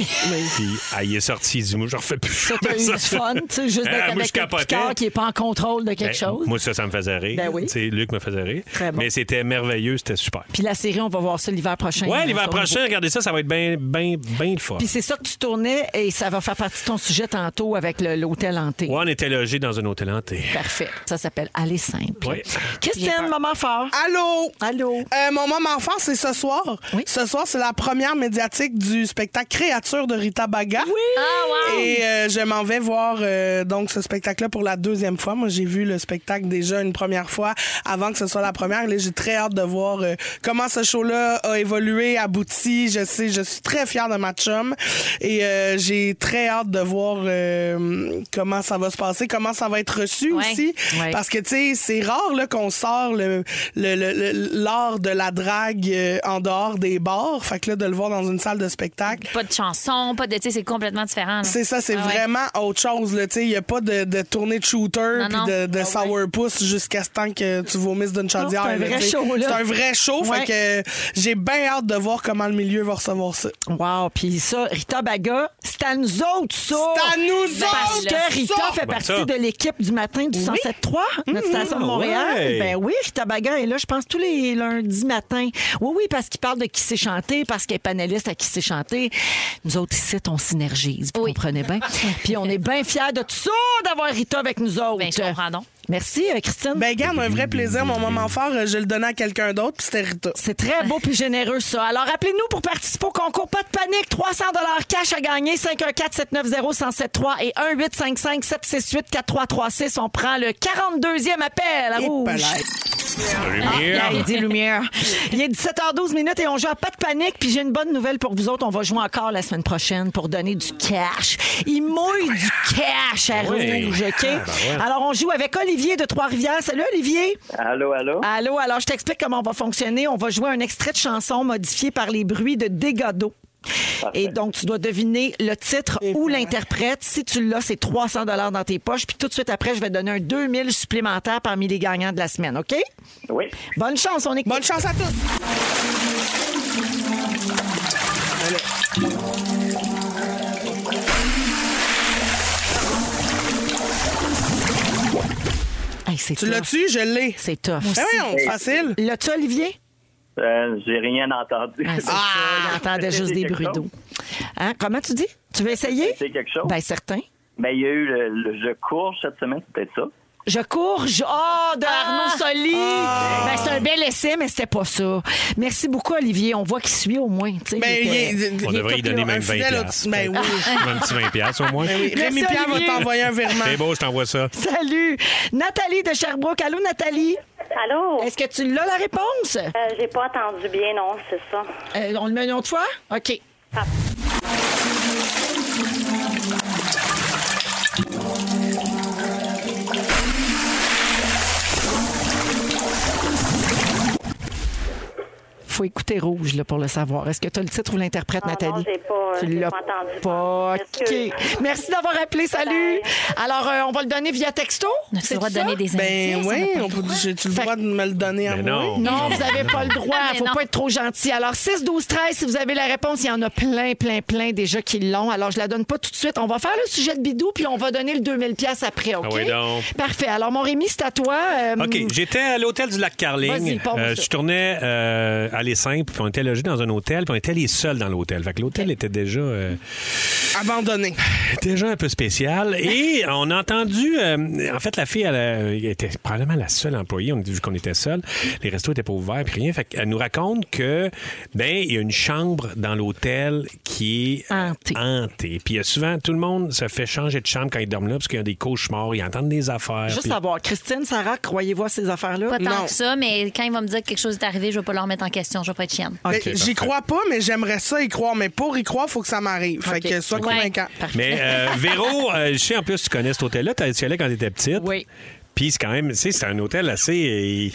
Puis ah, il est sorti, il dit Moi, je refais plus
T'as
jamais
eu
ça.
du fun, tu sais, juste
Ah,
d'être
moi, je
avec le
capotais.
Picard qui n'est pas en contrôle de quelque
Ben,
chose.
Moi, ça, ça me faisait rire.
Ben oui.
Tu sais, Luc me faisait rire.
Très bon.
Mais c'était merveilleux, c'était super.
Puis la série, on va voir ça l'hiver prochain.
Ouais, l'hiver
Sur le
prochain, regardez ça, ça va être bien, bien, bien le fun.
Ben, Puis c'est ça que tu tournais et ça va faire partie de ton sujet tantôt avec le- l'hôtel hanté.
Ouais, on était logés dans un hôtel hanté.
Parfait. Ça s'appelle Aller simple.
Ouais.
Christine, moment fort.
Allô?
Allô?
Euh, mon moment fort, c'est ce soir.
Oui.
Ce soir, c'est la première médiatique du spectacle Créature de Rita Baga.
Ah, wow!
Et euh, je m'en vais voir euh, donc ce spectacle-là pour la deuxième fois. Moi, j'ai vu le spectacle déjà une première fois avant que ce soit la première. Là, j'ai très hâte de voir euh, comment ce show-là a évolué, abouti. Je sais, je suis très fière de ma chum et euh, j'ai très hâte de voir euh, comment ça va se passer, comment ça va être reçu
Ouais.
aussi.
Ouais.
Parce que, tu sais, c'est rare là, qu'on sort le, le- le- le- l'art de la drague euh, en dehors des bars. Fait que là, de le voir dans une salle de spectacle,
Pas de chanson, pas de. Tu sais, c'est complètement différent. là.
c'est ça, c'est
Ah ouais.
vraiment autre chose. là, tu sais. Il n'y a pas de, de tournée de shooter
Non, non.
puis de, de sourpuss jusqu'à ce temps que tu vomisses d'une chaudière.
Ah c'est un
là,
vrai
tu sais.
show, là.
C'est un vrai show.
Ouais.
Fait que euh, j'ai bien hâte de voir comment le milieu va recevoir ça.
Wow, puis ça, Rita Baga, c'est à nous autres, ça! Ben,
C'est à nous
Parce
autres,
que Rita
ça! Mmh,
fait
Ben,
partie
ça.
de l'équipe du matin du 107.3, notre station de Montréal.
ouais.
Ben oui, Rita Baga est là, je pense, tous les lundis matin. Oui, oui, parce qu'il parle de qui s'est chanté, parce qu'elle est panéliste à qui s'est chanté. Nous autres, ici, on synergise, vous
<laughs>
comprenez bien. puis on est bien fiers de tout ça, d'avoir Rita avec nous autres.
Ben, je comprends donc.
Merci, euh, Christine.
Ben, garde, un vrai plaisir. Mon moment fort, euh, je le donnais à quelqu'un d'autre puis c'était Rita.
C'est très beau puis généreux, ça. Alors, appelez-nous pour participer au concours. Pas de panique. 300 cash à gagner. 514-790-1073 et 1-855-768-4336. On prend le 42e appel à
Et
Rouge.
palais.
Lumière.
Ah, il dit lumière. Il est 17h12 minutes et on joue à pas de panique. Puis j'ai une bonne nouvelle pour vous autres. On va jouer encore la semaine prochaine pour donner du cash. Il mouille du cash à
Oui.
Rouge, OK?
Ah, ben ouais.
Alors, on joue avec Olivier de Trois-Rivières. Salut, Olivier.
Allô, allô?
Allô, alors je t'explique comment on va fonctionner. On va jouer un extrait de chanson modifié par les bruits de dégâts d'eau. Et donc, tu dois deviner le titre ou l'interprète. Si tu l'as, c'est 300 dollars dans tes poches. Puis tout de suite après, je vais te donner un 2000 supplémentaire parmi les gagnants de la semaine, OK?
Oui.
Bonne chance, on écoute.
Bonne chance à tous.
Hey, c'est
Tu
tough.
l'as-tu? Je l'ai.
C'est tough.
Ben voyons, c'est facile.
L'as-tu, Olivier?
Euh, J'ai rien entendu. <laughs>
Ah, c'est
Ah!
ça, il entendait juste des
Quelque
bruits
chose.
d'eau. Hein? Comment tu dis? Tu veux essayer?
C'est quelque chose.
Ben, certain.
Ben, il y a eu le, le Je cours cette semaine, c'était ça.
Je cours, je... Oh, de
Ah!
Arnaud Soli! Ben, c'est un bel essai, mais c'était pas ça. Merci beaucoup, Olivier. On voit qu'il suit au moins. tu sais,
Ben,
il était-
il est-
On
il est
devrait y
top, là,
donner
un
même 20
fidèle au-
piastres.
Ben oui.
Ah,
Un petit 20 piastres, au moins.
Ben
Rémi Pierre va
Olivier.
t'envoyer un virement.
C'est beau, je t'envoie ça.
<laughs> Salut! Nathalie de Sherbrooke. Allô, Nathalie?
Allô?
Est-ce que tu l'as, la réponse?
Euh, J'ai pas entendu bien, non, c'est ça.
Euh, on le met une autre fois? OK. Faut écouter rouge là, pour le savoir. Est-ce que tu as le titre ou l'interprète,
Ah, non,
Nathalie?
j'ai pas, euh,
tu
j'ai
l'as
pas entendu.
pas.
Excuse.
OK. Merci d'avoir appelé. Salut. Alors, euh, on va le donner via texto.
On a-tu
C'est
le droit de
ça?
donner des indices?
Ben
On
oui,
a pas
on
le
peut,
droit.
j'ai-tu le droit de me le donner à
Mais
moi?
Ben non.
Ah, Non, vous n'avez pas le droit.
Mais
faut
non.
pas être trop gentil. Alors, 6, 12, 13, si vous avez la réponse, il y en a plein, plein, plein déjà qui l'ont. Alors, je la donne pas tout de suite. On va faire le sujet de Bidou, puis on va donner le 2000 pièces après, OK?
Ah oui, donc.
Parfait. Alors, mon Rémi, c'est à toi. Euh,
OK, j'étais à l'hôtel du lac
Vas-y,
Carling.
parle-moi ça.
je tournais euh, à Les Simples, puis on était logés dans un hôtel, puis on était les seuls dans l'hôtel. Fait que l'hôtel était déjà, euh,
Abandonné.
déjà un peu spécial. Et on a entendu, euh, en fait, la fille, elle, euh, était probablement la seule employée, on, vu qu'on était seuls. Les restos étaient pas ouverts, puis rien. Fait qu'elle nous raconte que, ben, il y a une chambre dans l'hôtel qui est
Hantée.
hantée. Puis il y a souvent, tout le monde se fait changer de chambre quand ils dorment là, parce qu'il y a des cauchemars, ils entendent des affaires.
Juste
puis-
savoir, Christine, Sarah, croyez-vous à ces affaires-là?
Pas tant
Non.
que ça, mais quand il va me dire que quelque chose est arrivé, je vais pas le remettre en question. Je vais pas être chienne.
Ben,
Ok,
J'y
parfait.
crois pas, mais j'aimerais ça y croire. Mais pour y croire, faut que ça m'arrive. Fait
Ok.
que sois
Ouais.
convaincant.
Mais euh, Véro, euh, je sais en plus, tu connais cet hôtel-là. t'as- Tu y allais quand tu étais petite.
Oui.
Puis c'est quand même, tu sais, c'est un hôtel assez. il-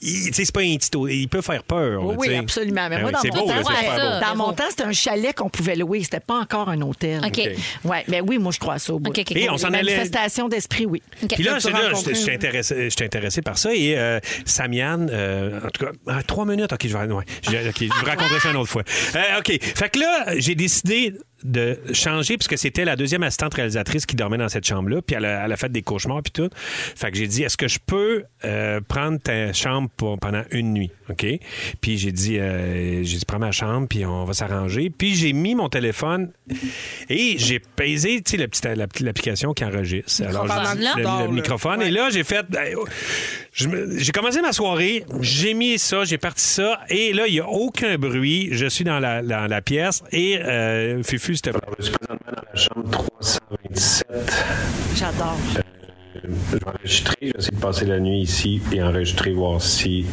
il- Tu sais, c'est pas un petit hôtel. Il peut faire peur.
Oui,
là,
Oh oui,
tu sais.
absolument. Mais
Ah
moi,
oui,
dans,
c'est
mon
beau,
temps,
là, c'est
c'était-
super beau.
dans mon temps, c'était un chalet qu'on pouvait louer. C'était pas encore un hôtel.
OK.
Ouais, mais oui, moi, je crois ça. Au bout.
OK, OK, Et OK. on s'en allait-
Manifestation d'esprit, oui.
Puis là,
Tu
c'est là,
rencontres-
je je suis intéressé, je suis intéressé par ça. Et euh, Samian, euh, en tout cas, ah, trois minutes. OK, je vais. ouais, je- ok, je vous raconterai ça une autre fois. Euh, OK. Fait que là, j'ai décidé de changer parce que c'était la deuxième assistante réalisatrice qui dormait dans cette chambre-là. Puis elle a, elle a fait des cauchemars puis tout. Fait que j'ai dit, est-ce que je peux euh, prendre ta chambre pour- pendant une nuit? OK? Puis j'ai dit, euh, j'ai dit, prends ma chambre puis on va s'arranger. Puis j'ai mis mon téléphone et j'ai pesé, tu sais, le petit- la- l'application qui enregistre. Alors,
Pendant
j'ai-
que tu
le-
dors,
le,
là.
microphone. Et là, j'ai fait. ben, oh, je me- J'ai commencé ma soirée, j'ai mis ça, j'ai parti ça, et là, il n'y a aucun bruit. Je suis dans la, dans la pièce et euh, Fufu, c'était. Je suis présentement dans la chambre 327.
J'adore.
je vais enregistrer, je vais essayer de passer la nuit ici et enregistrer, voir si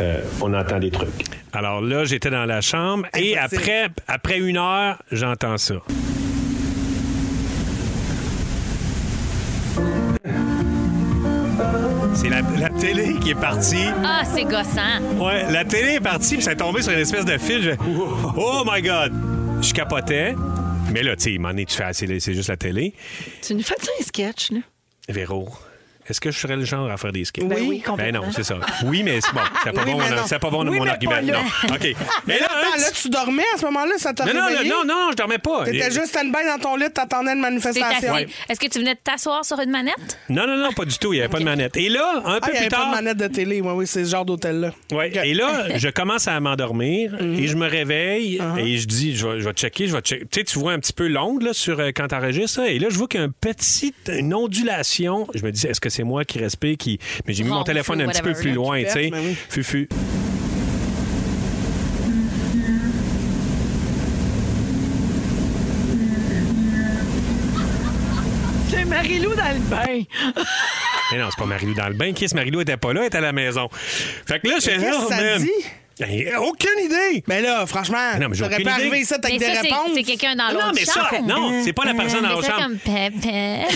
euh, on entend des trucs. Alors là, j'étais dans la chambre et après, après une heure, j'entends ça. C'est la, la télé qui est partie.
Ah, c'est gossant.
Ouais, la télé est partie, puis ça est tombé sur une espèce de fil. Je- Oh my God! Je capotais. Mais là, tu sais, m'en tu fais assez, là, c'est juste la télé.
Tu nous fais un sketch, là?
Véro, est-ce que je serais le genre à faire des skis?
Ben oui, complètement.
non, c'est ça. Oui, mais c'est bon. C'est pas
Oui,
bon,
mais
mon-
non.
c'est pas bon
Oui,
mon
mais
argument.
pas là.
Non. <laughs>
<laughs>
OK.
Mais
Et là,
là, attends,
un-
Ah, là, tu dormais à ce moment-là, ça t'a
Non, non,
réveillé?
non, non, je dormais pas.
T'étais
Et-
juste à une baille dans ton lit, t'attendais une
T'es assis.
manifestation.
Est-ce que tu venais de t'asseoir sur une manette?
Non, non, non, pas du tout. Il n'y avait pas de manette. Et là, un
Ah,
peu
il y
plus
avait pas de
tard.
manette de télé, oui, oui, c'est ce genre d'hôtel-là.
Ouais. Et là, je commence à m'endormir
Mhm.
et je me réveille
Uh-huh.
et je dis, je vais, je vais checker, je vais checker. Tu sais, tu vois un petit peu l'onde là, sur euh, quand t'enregistres ça. Et là, je vois qu'il y a un petit, une ondulation. Je me dis, est-ce que c'est moi qui respire? Qui... Mais j'ai mis mon
Ronfle,
téléphone un petit peu
whatever,
plus
là,
loin,
qui
tu sais.
ben
pète, mais oui.
Fufu.
C'est Marie-Lou dans le bain.
Mais non, c'est pas Marilou dans le bain. Chris Marilou était pas là, elle était à la maison. Fait que là, je fais
qu'est-ce
oh,
que ça
man.
dit?
Hey, aucune idée!
Mais Ben là, franchement,
Ah non, mais j'ai
t'aurais
aucune
pas
idée.
arrivé ça avec
Mais
des
ça, c'est-
réponses.
C'est quelqu'un dans
Non,
l'autre
mais ça,
chambre.
non, c'est pas la personne dans
Mais
l'autre
ça,
chambre.
comme Pépé.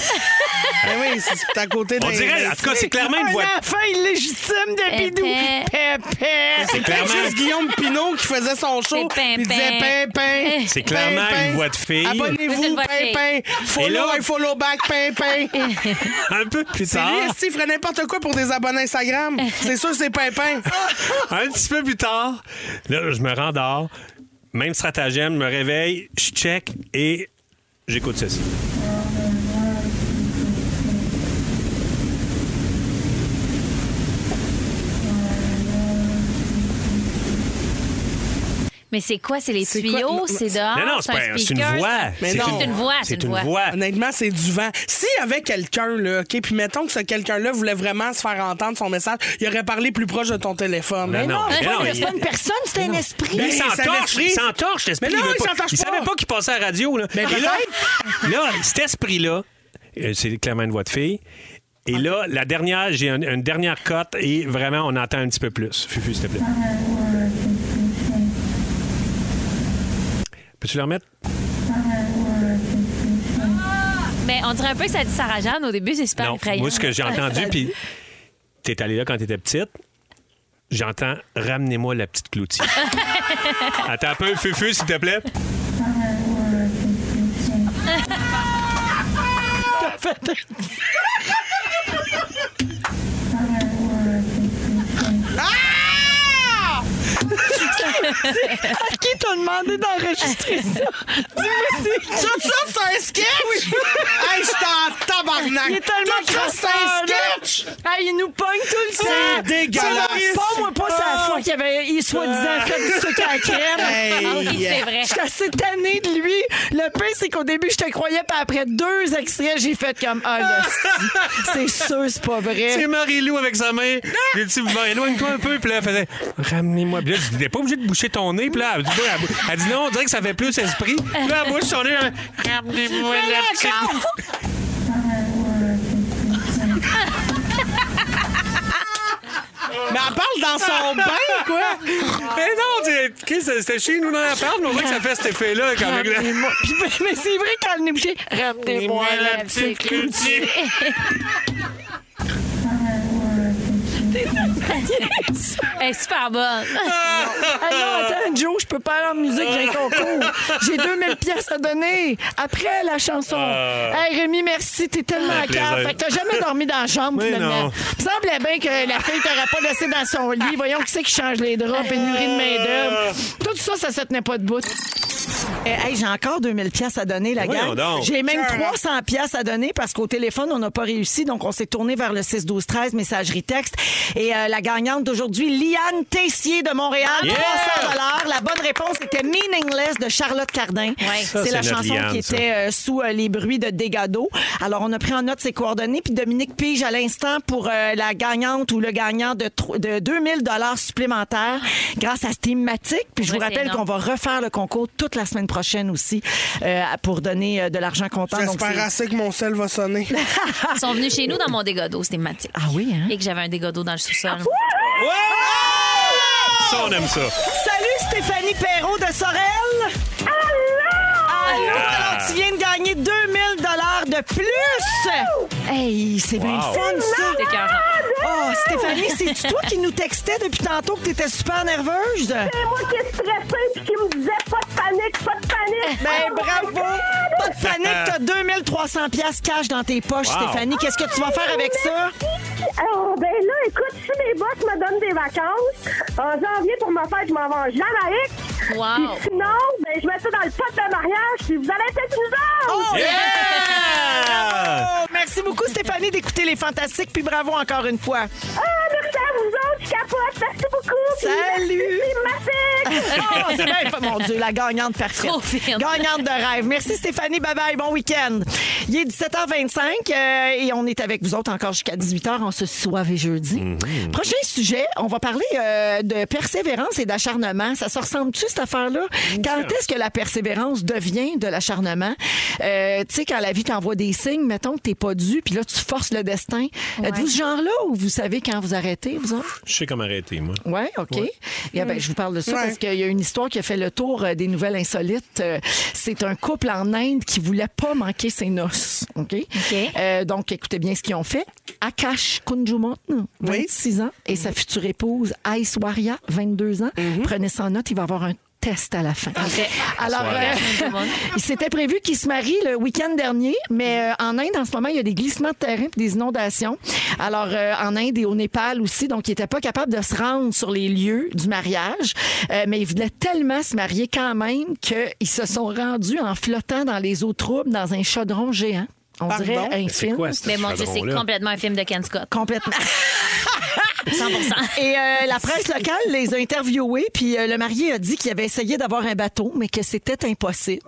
Ben oui, c'est c'est à côté
On
d'un-
dirait, en tout cas, c'est clairement une
Un
voix.
enfant illégitime de
Pépé.
bidou. Pépé.
C'est
C'était
clairement-
juste Guillaume Pinot qui faisait son show.
C'est pimpin.
Il disait pimpin.
C'est clairement
pimpin.
une voix de fille.
C'est
Abonnez-vous,
une voix de
pimpin.
fille.
Et
Follow
là-
and follow back,
<laughs>
pimpin.
Un peu plus
C'est
tard.
lui, est-ce qu'il ferait n'importe quoi pour des abonnés Instagram. C'est sûr,
<laughs>
c'est pimpin.
Un petit peu plus tard, là, je me rendors. Même stratagème, je me réveille, je check et j'écoute ceci.
Mais c'est quoi? C'est les tuyaux? Ah, C'est dehors?
Non, non, c'est pas-
un
c'est une
speaker,
voix.
c'est-
Mais
C'est
non.
une voix. C'est une voix.
Honnêtement, c'est du vent. S'il y avait quelqu'un, là, OK, puis mettons que ce quelqu'un-là voulait vraiment se faire entendre son message, il aurait parlé plus proche de ton téléphone.
Mais Ben non,
C'est
mais non,
pas une-
il-
c'est pas une personne, c'est un esprit.
Mais il s'entorche, il s'entorche,
Mais
l'esprit.
non,
veut
il s'entorche
Il
pas.
savait pas qu'il passait à la radio. Là.
Mais
Et là, <laughs> là, cet esprit-là, euh, c'est clairement une voix de fille. Et là, la dernière, j'ai un- une dernière cote et vraiment, on entend un petit peu plus. Fufu, s'il te plaît. Peux-tu le remettre?
Mais on dirait un peu que ça dit Sarah Jeanne au début, c'est super
non.
effrayant.
Moi, ce que j'ai entendu, puis t'es allé là quand t'étais petite, j'entends « Ramenez-moi la petite
<laughs>
cloutier ». Attends un peu, Fufu, s'il te plaît.
Ah! à qui t'as demandé d'enregistrer <laughs> ça? Dis-moi c'est
Tout ça, c'est un sketch? <laughs> hey, je suis en tabarnak.
Il est tellement
Tout ça, c'est un
crasseur,
sketch?
Ah, il nous pogne tout le temps.
C'est dégueulasse.
Ça, Pas moi, pas sa
Ah.
fois qu'il avait, il soi-disant fait du sucre à
<laughs>
la crème.
Hey.
Ah Oui, c'est vrai.
J'étais assez tannée de lui. Le pire, c'est qu'au début, je te croyais, puis après deux extraits, j'ai fait comme Ah,
<laughs>
là, c'est c'est sûr, c'est pas vrai.
C'est Marie-Lou avec sa main. J'ai dit, Ben, éloigne-toi un peu. Puis là, elle faisait, ramenez-moi. Puis là, je dis, t'es pas obligé de boucher ton nez. Puis là, elle dit, elle bou- elle dit, non, on dirait que ça fait plus esprit. Puis là, elle bouche son nez. elle fait, Ramenez-moi la petite.
Mais elle parle dans son bain, quoi.
Mais non, tu- Chris, c'était chez nous dans la part, mais on dirait que ça fait cet effet-là. Quand même.
Ramenez-moi. Puis, mais- mais c'est vrai, quand on est bouché, ramenez-moi la petite
cloutier.
Elle est super bonne.
<laughs> Ah non, attends, Joe, je peux pas aller en musique, j'ai un concours. J'ai 2000 pièces à donner après la chanson.
Euh.
Hey, Rémi, merci, t'es tellement
Un
à cœur.
plaisir.
Fait que t'as jamais dormi dans la chambre,
Mais
finalement.
non.
Il me semblait bien que la fille t'aurait pas laissé dans son lit. Voyons qui c'est qui change les draps, pénurie de main-d'œuvre. Tout ça, ça se tenait pas debout. Eh, hey, j'ai encore 2000 pièces à donner, la
Voyons
gang.
donc.
J'ai même 300 pièces à donner parce qu'au téléphone, on n'a pas réussi. Donc, on s'est tourné vers le 6-12-13, messagerie texte. Et euh, la gagnante d'aujourd'hui, Liane Tessier de Montréal,
Yeah!
300 dollars. La bonne réponse était Meaningless de Charlotte Cardin. C'est
Ça, c'est
la
notre
chanson
Liane,
qui
ça.
était euh, sous euh, les bruits de dégâts d'eau. Alors, on a pris en note ses coordonnées. Puis Dominique Pige, à l'instant, pour euh, la gagnante ou le gagnant de, tro- de 2000 dollars supplémentaires grâce à cette thématique. Puis je
Ouais,
vous rappelle
c'est énorme.
qu'on va refaire le concours toute la semaine prochaine aussi euh, pour donner euh, de l'argent comptant. Donc, c'est-
J'espère assez que mon sel va sonner.
Ben,
Ils sont venus chez nous dans mon dégât d'eau, c'était Mathieu.
Ah oui, hein?
Et que j'avais un dégât d'eau dans le sous-sol.
Ça, on aime ça.
Salut Stéphanie Perrault de Sorel. Allô! Alors, tu viens de gagner 2000 dollars de plus. Hey, c'est bien
Wow.
le fun ça.
C'est écœurant.
Oh, Stéphanie, c'est toi qui nous textais depuis tantôt que t'étais super nerveuse.
C'est moi qui est stressée puis qui me disait pas de panique, pas de panique. Oh
Ben bravo! Pas de panique, t'as 2300 pièces cash dans tes poches,
Wow.
Stéphanie. Qu'est-ce que tu vas faire avec ça?
Oh, ben là, écoute, si mes boss me donnent des vacances, en janvier pour ma fête, je m'en vais en Jamaïque.
Wow.
Puis sinon, ben, je mets ça dans le pot de mariage, puis vous allez être avec nous autres.
Oh, yeah! Bravo! Merci beaucoup, Stéphanie, d'écouter les fantastiques, puis bravo encore une fois.
Ah, merci à vous autres, je capote, merci beaucoup. puis
Salut! <laughs>
merci, puis
Oh,
merci.
c'est bien fait, mon Dieu, la gagnante parfaite.
Trop fine.
Gagnante de rêve. Merci Stéphanie, bye bye, bon week-end. Il est 17h25 euh, et on est avec vous autres encore jusqu'à 18h en ce soir et jeudi. Prochain sujet, on va parler euh, de persévérance et d'acharnement. Ça se ressemble-tu, cette affaire-là? Quand est-ce que la persévérance devient de l'acharnement? Euh, tu sais, quand la vie t'envoie des signes, mettons que t'es pas dû, puis là, tu forces le destin. Êtes-vous ce genre-là ou vous savez quand vous arrêtez, vous autres?
Je sais comment arrêter, moi.
Oui, OK.
Ouais.
Eh ben, je vous parle de ça
Ouais.
parce qu'il y a une histoire qui a fait le tour euh, des nouvelles insolites. Euh, C'est un couple en Inde qui voulait pas manquer ses noces. OK? Euh, donc, écoutez bien ce qu'ils ont fait. Akash Kunjumon, 26 ans, et sa future épouse, Aishwarya, 22 ans. Prenez ça en note, il va avoir un test à la fin. Alors,
Aishwarya
euh, <laughs> il s'était prévu qu'ils se marient le week-end dernier, mais euh, en Inde, en ce moment, il y a des glissements de terrain puis des inondations. Alors, euh, en Inde et au Népal aussi, donc, ils n'étaient pas capables de se rendre sur les lieux du mariage, Euh, mais ils voulaient tellement se marier quand même qu'ils se sont rendus en flottant dans les eaux troubles dans un chaudron géant. On
Pardon?
dirait un
Mais c'est
film.
quoi, ce Mais mon Dieu, c'est chaudron-là? complètement un film de Ken Scott.
Complètement.
100
Et euh, la presse locale les a interviewés, puis euh, le marié a dit qu'il avait essayé d'avoir un bateau, mais que c'était impossible.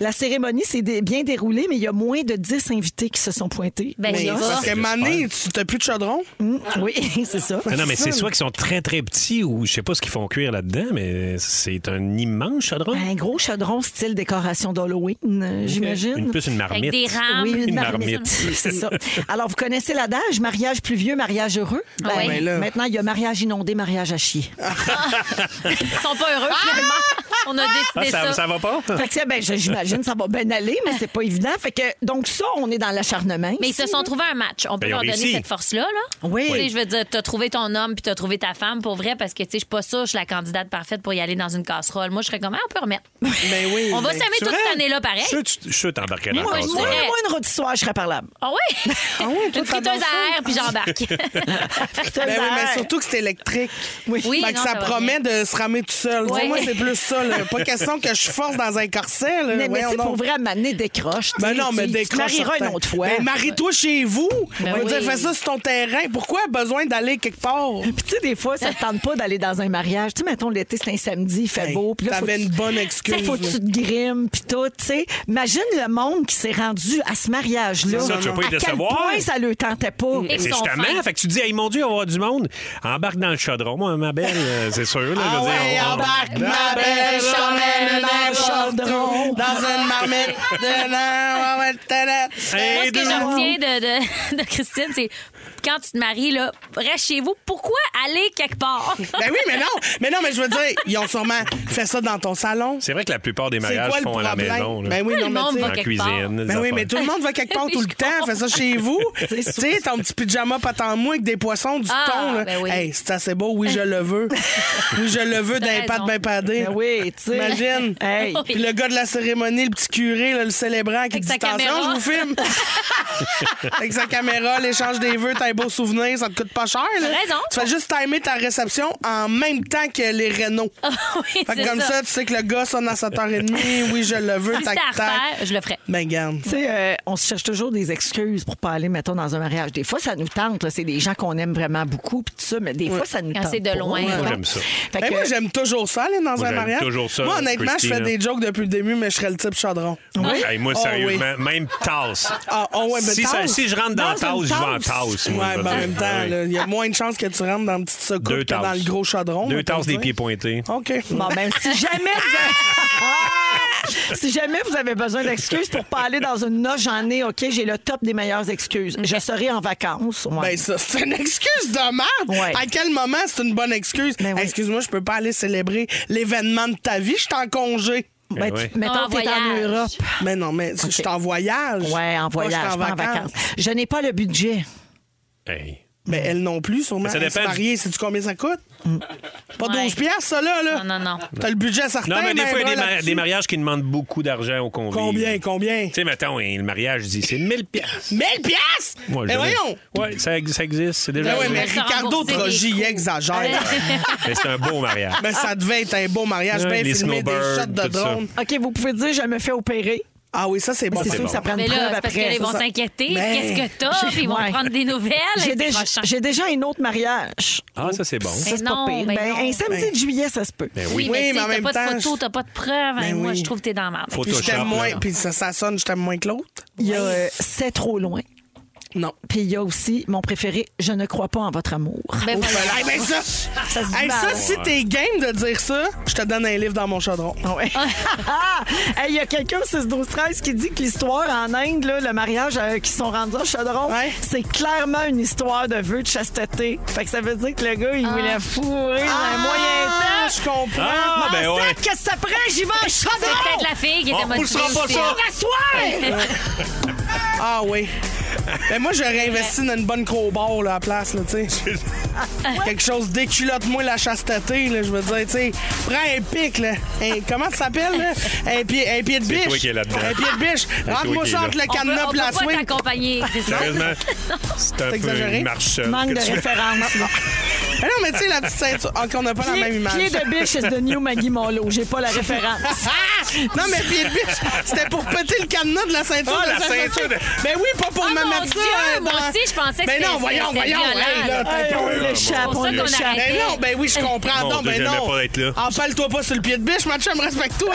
La cérémonie s'est dé- bien déroulée, mais il y a moins de 10 invités qui se sont pointés.
Mais
Aux noces.
Parce que Mané, tu t'as plus de chaudron?
oui, <laughs> c'est ça.
Ah non, mais c'est soit qu'ils sont très, très petits ou je sais pas ce qu'ils font cuire là-dedans, mais c'est un immense chaudron.
Ben,
Un gros chaudron style décoration d'Halloween, euh, j'imagine.
Une- plus une marmite. Avec des rames.
Oui, une,
Une
marmite.
marmite.
C'est ça. Alors, vous connaissez l'adage, mariage plus vieux, mariage heureux.
Ah oui. Ben là.
Maintenant, il y a mariage inondé, mariage à chier.
Ils sont pas heureux, finalement. On a décidé
Ah, ça- ça va pas?
Fait que ça, ben, je- j'imagine ça va bien aller, mais c'est pas évident. Fait que, donc ça, on est dans l'acharnement.
Mais ils
ici,
se sont trouvés un match. On peut
Ben, ils
leur
ont
donner
réussi.
cette force-là. Là.
Oui.
Tu sais, Je veux dire, t'as trouvé ton homme puis t'as trouvé ta femme pour vrai parce que tu sais, je suis pas sûre que je suis la candidate parfaite pour y aller dans une casserole. Moi, je serais comme, ah, on peut remettre.
Ben oui.
On va
ben,
s'aimer
tu
toute
vois,
cette année-là, pareil.
Je suis- je suis embarqué
Moi,
dans
moi,
la
moi, une rôtissoire, je serais parlable.
Ah oui? une friteuse à air puis j'embarque.
Ben oui, mais surtout que c'est électrique. Oui.
Oui,
fait que
non,
ça,
ça va
promet de se ramer tout seul.
Ouais.
Dis-moi, c'est plus ça. là. Pas question que je force dans un corset. Là.
Mais, mais
Voyons
c'est
donc.
pour vrai, m'amener décroche. tu
Ben
sais,
non, mais
tu-
décroche.
Tu te marieras une
certain.
autre fois.
Ben, marie-toi chez vous.
Ben
Je veux dire,
oui.
fais ça sur ton terrain. Pourquoi besoin d'aller quelque part? Puis
tu sais, des fois, ça te tente pas d'aller dans un mariage. Tu sais, mettons, l'été, c'est un samedi, il fait beau. puis là,
t'avais
faut que
une
tu-
bonne excuse,
Tu sais, faut que
là.
tu te grimes, puis tout, tu sais. Imagine le monde qui s'est rendu à ce mariage-là.
C'est ça, tu veux pas les
à quel
décevoir.
point ça le tentait pas.
Mais c'est justement, fait que tu dis, hey, mon Dieu, on va avoir du monde. Embarque dans le chaudron, moi, ma belle, euh, c'est sûr. Là, je veux dire, on- on-
Ah ma belle, je t'emmène dans le
chaudron,
dans une marmite de
Moi, ce que je retiens de, de- de Christine, c'est quand tu te maries, là, reste chez vous. Pourquoi aller quelque part? <laughs>
Ben oui, mais non. Mais non, mais je veux dire, ils ont sûrement fait ça dans ton salon.
C'est vrai que la plupart des mariages
quoi le
font à la
problème?
maison. là.
Ben oui, non, mais tu sais-
en cuisine. des
Ben oui,
affaires.
mais tout le monde va quelque
<laughs>
part tout le temps. Fais ça chez vous. Tu sais, ton petit pyjama pas tant mou avec des poissons, du
Ah,
thon. là.
ben oui.
Hey, c'est assez beau. Oui, je le
<laughs>
veux. Oui, je le veux d'un pâte bien padé.
Ben oui, tu sais.
Imagine.
Hey.
Puis le gars de la cérémonie, le petit curé, là, le célébrant qui dit
sa
Attention,
caméra.
je vous filme.
<laughs>
avec sa caméra, l'échange des vœux, t'as un beau souvenir, ça te coûte pas cher. là.
T'as raison.
Tu fais juste timer ta réception en même temps que les rénaux.
Ah, oui,
fait que
c'est
comme
ça.
ça. tu sais que le gars sonne à 7h30. Oui, je le veux.
Si
tac,
c'était à
tac.
refaire, je le ferais.
Ben, garde.
Tu sais, euh, on se cherche toujours des excuses pour pas aller, mettons, dans un mariage. Des fois, ça nous tente. là. C'est des gens qu'on aime vraiment beaucoup, puis tout ça, mais des fois, ça nous
Quand
tente.
c'est de
pas.
loin. Moi,
j'aime ça.
Fait
Ben,
que-
moi, j'aime toujours ça, aller dans
Moi,
un
j'aime
mariage.
toujours ça,
moi, honnêtement, je fais
Christine,
des
là.
jokes depuis le début, mais je serais le type chadron.
Hey, moi,
Oh, oui.
sérieusement, même tasse.
Ah, oh, ouais, mais
si, ça-
tasse.
si je rentre dans,
Dans
tasse,
une
je vais en
tasse.
tasse. moi, je
Ouais,
vais
ben, en
dire.
même temps,
Ah oui.
là, il y a moins de chances que tu rentres dans une petite
Deux
secoupe que dans
tasses.
le gros chadron.
Deux
mettons,
tasses des
tu sais.
pieds pointés.
OK.
Bon, ben, si jamais vous avez... <laughs> si jamais vous avez besoin d'excuses pour pas aller dans une noce, j'en ai, OK, j'ai le top des meilleures excuses. Je serai en vacances. ouais.
Ben ça, c'est une excuse de merde.
Ouais. Ben
À quel moment c'est une bonne excuse? Excuse-moi, je peux pas aller célébrer l'événement de ta vie, je suis en congé.
Ben, tu- mettons,
En
t'es en
voyage.
Europe.
Mais non, mais je suis en voyage.
Ouais, en
Pas, je suis
voyage, pas en vacances. Je n'ai pas le budget.
Hey.
Ben, elle non plus, sûrement.
Mais ça
Elle s'est
dépend du-
mariée, sais-tu combien ça coûte?
Mm.
Pas
Ouais.
12 piastres, ça, là. là.
Non, non, non.
T'as le budget certain.
Non, mais des
ben,
fois, il y a des,
là,
ma-
là-dessus.
des mariages qui demandent beaucoup d'argent au convives.
Combien, combien?
Tu sais, mettons, hein, le mariage dit c'est 1000 pièces.
1000 piastres?
Moi,
mais
j'aurais-
voyons!
Ouais, ça, ex- ça existe, c'est déjà
Ben oui,
arrivé.
mais
Ça
Ricardo
rembourser les
Trogi, il
coûts.
exagère.
Mais c'est un beau
<laughs>
mariage.
mais ça devait être un beau mariage,
Ouais,
bien
les
filmé, des
snowbirds,
shots de
tout ça.
drone.
OK, vous pouvez dire, je me fais opérer.
Ah oui, ça, c'est bon.
c'est sûr
bon.
que ça prend une
Mais
preuve
Ben là, c'est
après.
parce qu'ils vont
c'est ça. Ben,
s'inquiéter.
Mais-
Qu'est-ce que t'as? Puis ils vont
Ouais.
prendre des nouvelles.
J'ai
C'est
déjà,
prochain.
j'ai déjà un autre mariage.
Ah, ça, c'est bon.
Ça, c'est
Ben
pas
non,
pire.
ben
Ben,
non.
un samedi de juillet, ça se peut.
Ben oui.
Oui,
Oui,
mais,
mais en
tu sais, t'as
même
pas
temps,
de photo,
je-
t'as pas de preuves. Hey,
Ben
Moi,
oui.
je trouve que t'es dans la merde.
Puis je
Photoshop.
t'aime moins,
là.
puis ça, ça sonne, je t'aime moins que l'autre.
Il y a euh, C'est trop loin.
Non.
Puis il y a aussi mon préféré, Je ne crois pas en votre amour.
Ben,
Ben,
voilà.
hey,
<laughs>
ben ça,
Ça se dit
hey,
mal.
Bah
ça si t'es game de dire ça, je te donne un livre dans mon chaudron.
Ouais. <laughs> Hey, Il y a quelqu'un au 12 13 qui dit que l'histoire en Inde, là, le mariage euh, qui sont rendus au chaudron,
Ouais.
c'est clairement une histoire de vœux de chasteté. Fait que ça veut dire que le gars, il voulait fourrer dans un moyen
Ah,
temps.
je comprends.
Ah, ben
Enceinte,
ouais.
Qu'est-ce que ça prend? J'y vais au
Ben, C'est peut-être
chaudron!
la fille qui était
On
motivée.
repoussera pas
aussi.
ça.
<laughs> Ah oui. Ben moi, j'aurais investi dans une bonne crowbar là, à la place, là, tu sais.
<laughs>
Quelque chose déculotte-moi la chasteté, là, je veux dire, tu sais. Prends un pic, là. Un- comment ça s'appelle, là? Un pied, un pied de biche.
toi qui es là-dedans.
Un pied de biche.
C'est toi
Rentre-moi
qui
ça
es
entre
là.
le
On peut,
cadenas
on
et la
peut pas
swing.
t'accompagner. Christian.
Sérieusement, c'est un peu
exagéré?
une marche seule
Manque
que
de
tu fais.
référence. là.
Mais non, mais tu sais, la petite ceinture. Ah, qu'on n'a pas <laughs> la même
Pied,
image.
pied de biche, c'est de New Maggie Molo.
<laughs>
J'ai pas la référence.
Ah! non, mais pied de biche, c'était pour péter le cadenas de la ceinture.
Ah,
de
la ceinture de-
Ben oui, pas pour
Ah,
me
mon
mettre
Dieu,
ça.
moi aussi, je pensais que
Ben
c'était-
non, voyons,
c'était
voyons.
violent,
hey,
là.
là,
Hey,
t'as
on
ouais, ouais,
l'échappe,
c'est pour
on
ça qu'on
l'échappe.
arrête.
Ben non, ben oui, je comprends.
Mon
non,
Dieu,
ben
j'aimais
non.
pas être là.
Empale-toi pas sur le pied de biche, ma chum, respecte-toi.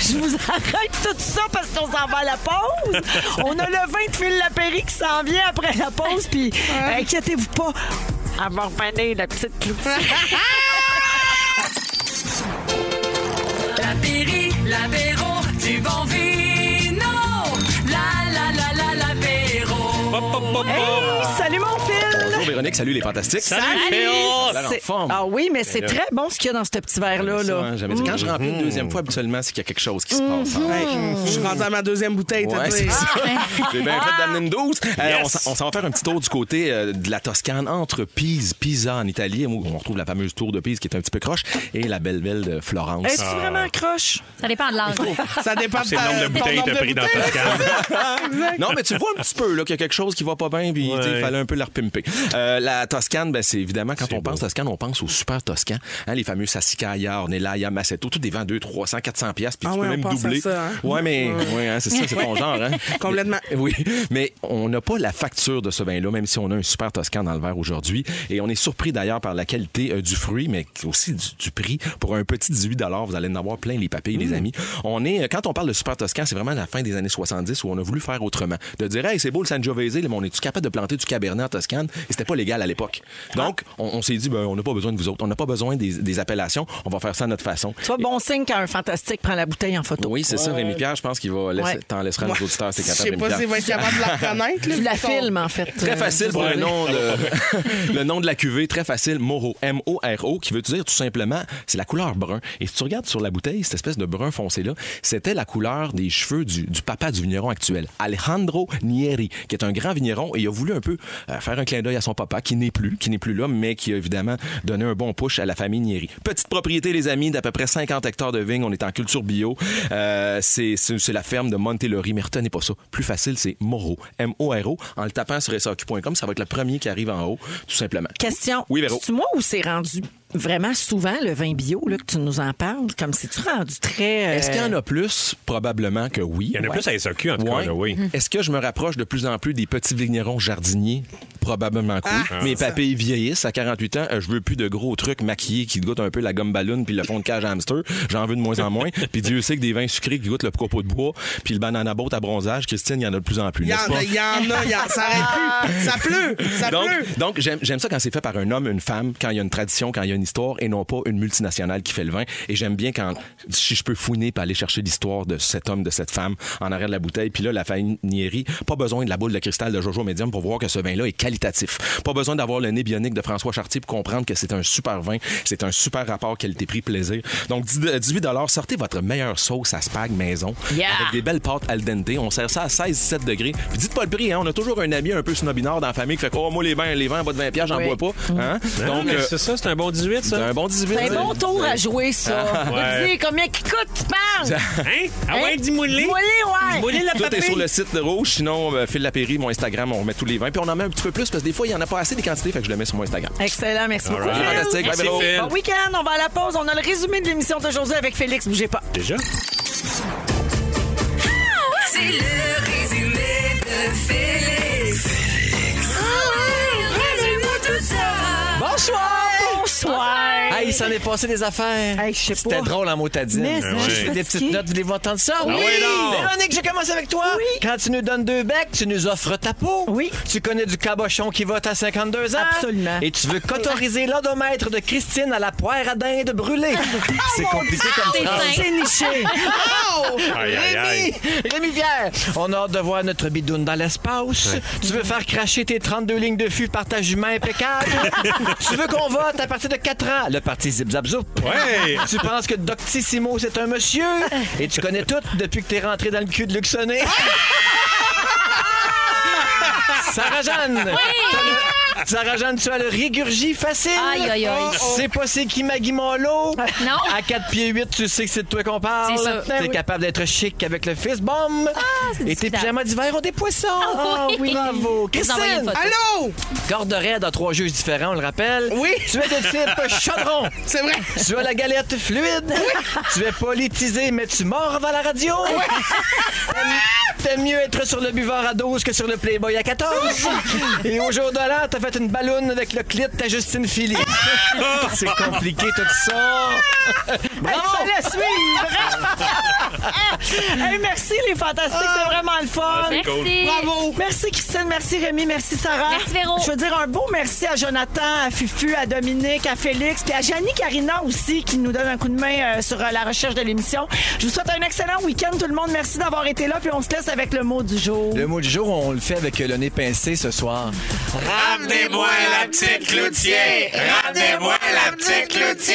Je vous arrête tout ça parce qu'on s'en va à la
<laughs>
pause. On a le vin de Phil Lapéry qui s'en vient après la pause. Puis euh, inquiétez-vous pas, elle va revenir, la petite cloutier.
La péri, l'apéro, du bon vino. La la la la l'apéro.
Hop, hop, hop, hop.
Salut mon Phil!
Bonjour Véronique, salut les fantastiques.
Salut, Féon.
L'air en
C'est-
forme. Ben
Ah oui, mais c'est
là-
très bon ce qu'il y a dans ce petit verre-là.
Ça,
Là. Mm-hmm.
hein, jamais dit. Quand je remplis une deuxième fois, habituellement, c'est qu'il y a quelque chose qui se passe. hein.
Hey, je suis rendu à ma deuxième bouteille, t'as
Ouais,
dit.
c'est ça. <laughs> J'ai bien fait d'amener une douce. Euh,
Yes.
on s'en- on s'en va faire un petit tour du côté euh, de la Toscane, entre Pise, Pisa en Italie, où on retrouve la fameuse tour de Pise qui est un petit peu croche, et la belle ville de Florence.
Es-tu vraiment croche?
Ça dépend de l'âge.
Ça dépend
C'est le nombre de
ton
bouteilles que
nombre
t'as
de
pris dans
bouteilles.
ta canne.
Non, mais tu vois un petit peu là, qu'il y a quelque chose qui va pas bien, puis tu sais, il
Ouais.
fallait un peu la repimper. Euh, la Toscane, ben, c'est évidemment, quand
C'est
on pense
beau.
Toscane, on pense aux super Toscans. Hein, les fameux Sassicaia, Ornellaia, Massetto, tout des vents 200, 300, 400 piastres, puis
Ah
tu
ouais,
peux
on
même
pense à
doubler.
ça, hein?
Ouais, mais ouais, hein, c'est ça,
<laughs>
c'est ton genre. Hein?
Complètement.
<laughs> Oui, mais on n'a pas la facture de ce vin-là, même si on a un super Toscan dans le verre aujourd'hui. Et on est surpris d'ailleurs par la qualité euh, du fruit, mais aussi du, du prix. Pour un petit 18 vous allez en avoir plein les papiers, les amis. On est, euh, quand on parle de super Toscan, c'est vraiment la fin des années 70 où on a voulu faire autrement. De dire, hey, c'est beau le Sangiovese, là, mais on est-tu capable de planter du Cabernet en Toscane? Et c'était c'était pas légal à l'époque. Donc, on, on s'est dit, ben, on n'a pas besoin de vous autres. On n'a pas besoin des, des appellations. On va faire ça à notre façon.
Tu vois, bon signe quand un fantastique prend la bouteille en photo.
Oui, c'est ça, Rémi Pierre. Je pense qu'il va laisser,
Ouais.
t'en laissera à nos
Ouais.
auditeurs. C'est
Je
capable,
sais
Rémi
pas
Pierre.
s'il va être capable de la
reconnaître,
Tu la filmes, en fait.
Très
euh,
facile pour le
désolé.
nom, de, <laughs> le nom de la cuvée, très facile, Moro, M-O-R-O, qui veut dire tout simplement, c'est la couleur brun. Et si tu regardes sur la bouteille, cette espèce de brun foncé-là, c'était la couleur des cheveux du, du papa du vigneron actuel, Alejandro Nieri, qui est un grand vigneron, et il a voulu un peu euh, faire un clin d'œil à son papa, qui n'est plus, qui n'est plus là, mais qui a évidemment donné un bon push à la famille Nieri. Petite propriété, les amis, d'à peu près 50 hectares de vignes, on est en culture bio, Euh, c'est c'est- c'est la ferme de Montelori, mais retenez pas ça, plus facile, c'est Moro, M-O-R-O, en le tapant sur SAQ.com, ça va être le premier qui arrive en haut, tout simplement.
Question.
Oui, Véro.
C'est-tu moi où c'est rendu vraiment souvent le vin bio là, que tu nous en parles? Comme c'est-tu rendu très. euh,
Est-ce qu'il y en a plus? Probablement que oui. Il
y en a plus à SAQ, en tout cas, là, oui.
Est-ce que je me rapproche de plus en plus des petits vignerons jardiniers? Probablement que oui.
Ah,
Mes
c'est ça.
papilles vieillissent à 48 ans. euh, Je veux plus de gros trucs maquillés qui goûtent un peu la gomme ballon puis le fond de cage à hamster. J'en veux de moins en moins. puis Dieu sait que des vins sucrés qui goûtent le copeau de bois puis le banana boat à bronzage, Christine, il y en a de plus en plus.
Il y en
n'est-ce pas?
a, il y en a, il y en- ça arrête plus. Ça pleut, ça
donc,
pleut.
donc, j'aime, j'aime ça quand c'est fait par un homme, une femme, quand il y a une tradition, quand il y a une histoire, et non pas une multinationale qui fait le vin. Et j'aime bien quand, si je peux fouiner puis aller chercher l'histoire de cet homme, de cette femme, en arrière de la bouteille. Puis là, la famille Nieri, pas besoin de la boule de cristal de Jojo Medium pour voir que ce vin-là est qualitatif. Pas besoin d'avoir le nez bionique de François Chartier pour comprendre que c'est un super vin. C'est un super rapport qualité-prix-plaisir. Donc, 10 de- 18 sortez votre meilleure sauce à spag maison
Yeah!
avec des belles pâtes al dente. On sert ça à 16-17 degrés. Puis dites pas le prix, hein. On a toujours un ami un peu snobinard dans la famille qui fait Oh, moi, les vins, les vins en bas de 20 pièges, j'en
Oui.
bois pas. Hein?
Non, mais c'est
ça, c'est un bon 18,
Hein?
ça. C'est un bon 18.
C'est un bon tour à jouer, ça.
Ah,
On
ouais.
dit combien qui coûte, tu parles?
Hein?
Ah ouais, dis-moi le.
Dis-moi le, ouais.
Tout est sur le site de Rouge. Sinon, euh, Phil Lapéry, mon Instagram, on met tous les vins. Puis on en met un petit peu plus parce que des fois, il n'y en a pas assez des quantités. Fait que je le mets sur mon Instagram.
Excellent, merci
All
beaucoup.
right.
Phil.
Fantastique, bye, Merci, Véro. Phil.
Bon week-end, on va à la pause. On a le résumé de l'émission d'aujourd'hui avec Félix. Bougez pas.
Déjà?
C'est le résumé de Félix. Félix. résume-moi tout ça.
Bonsoir. Bonsoir.
Hey, il s'en est passé des affaires. C'était drôle en
Eh,
motadine.
Mais
ben
c'est- je suis
J'ai des petites notes, voulez-vous entendre ça?
Ah oui, non.
Véronique, je commence avec toi. Quand tu nous donnes deux becs, tu nous offres ta peau. Oui. Tu connais du cabochon qui vote à 52 ans.
Absolument.
Et tu veux qu'autoriser l'odomètre de Christine à la poire à dinde brûlée. <laughs> C'est compliqué comme ça.
C'est niché.
Oh!
Aïe, aïe, aïe.
Rémi! Rémi Pierre! On a hâte de voir notre bidoune dans l'espace. Tu veux faire cracher tes 32 lignes de fût par ta jument
<laughs>
impeccable. tu veux qu'on vote à partir de 4 ans. Le parti Zip Zap Zoup.
Ouais.
Tu penses que Doctissimo, c'est un monsieur. Et tu connais tout depuis que t'es rentré dans le cul de
<laughs>
Luxonné. Sarah-Jeanne! T'as le- Sarah-Jeanne, tu as le régurgie facile.
Aïe, aïe, aïe.
C'est pas c'est qui Maggie Marlowe.
Non.
À 4 pieds 8, tu sais que c'est de toi qu'on parle.
C'est ça.
T'es
Ben oui.
capable d'être chic avec le fist bomb. Et tes
discutable.
pyjamas d'hiver ont des poissons.
Ah <laughs> oui.
Bravo.
Vous envoyez une
Christine.
photo.
Allô? Corde raide à trois juges différents, on le rappelle. Oui. Tu es de type chaudron.
C'est vrai.
Tu as la galette fluide. Tu es politisé, mais tu mords à la radio. T'aimes- T'aimes mieux être sur le buvard à 12 que sur le Playboy à 14. Et au jour de l'an, t'as fait une balloune avec le clit à Justine Philly. C'est compliqué tout ça. Bravo!
Hey, fallait suivre. <laughs> Hey, merci les fantastiques, c'est vraiment le fun.
Ah, c'est cool. Merci.
Bravo. Merci Christine, merci Rémi, merci Sarah.
Merci, Véro.
Je veux dire un beau merci à Jonathan, à Fufu, à Dominique, à Félix, puis à Janie Carina aussi qui nous donne un coup de main euh, sur euh, la recherche de l'émission. Je vous souhaite un excellent week-end tout le monde. Merci d'avoir été là, puis on se laisse avec le mot du jour.
Le mot du jour, on le fait avec le nez pincé ce soir.
Ramenez-moi la petite cloutier. Ramenez-moi la petite cloutier.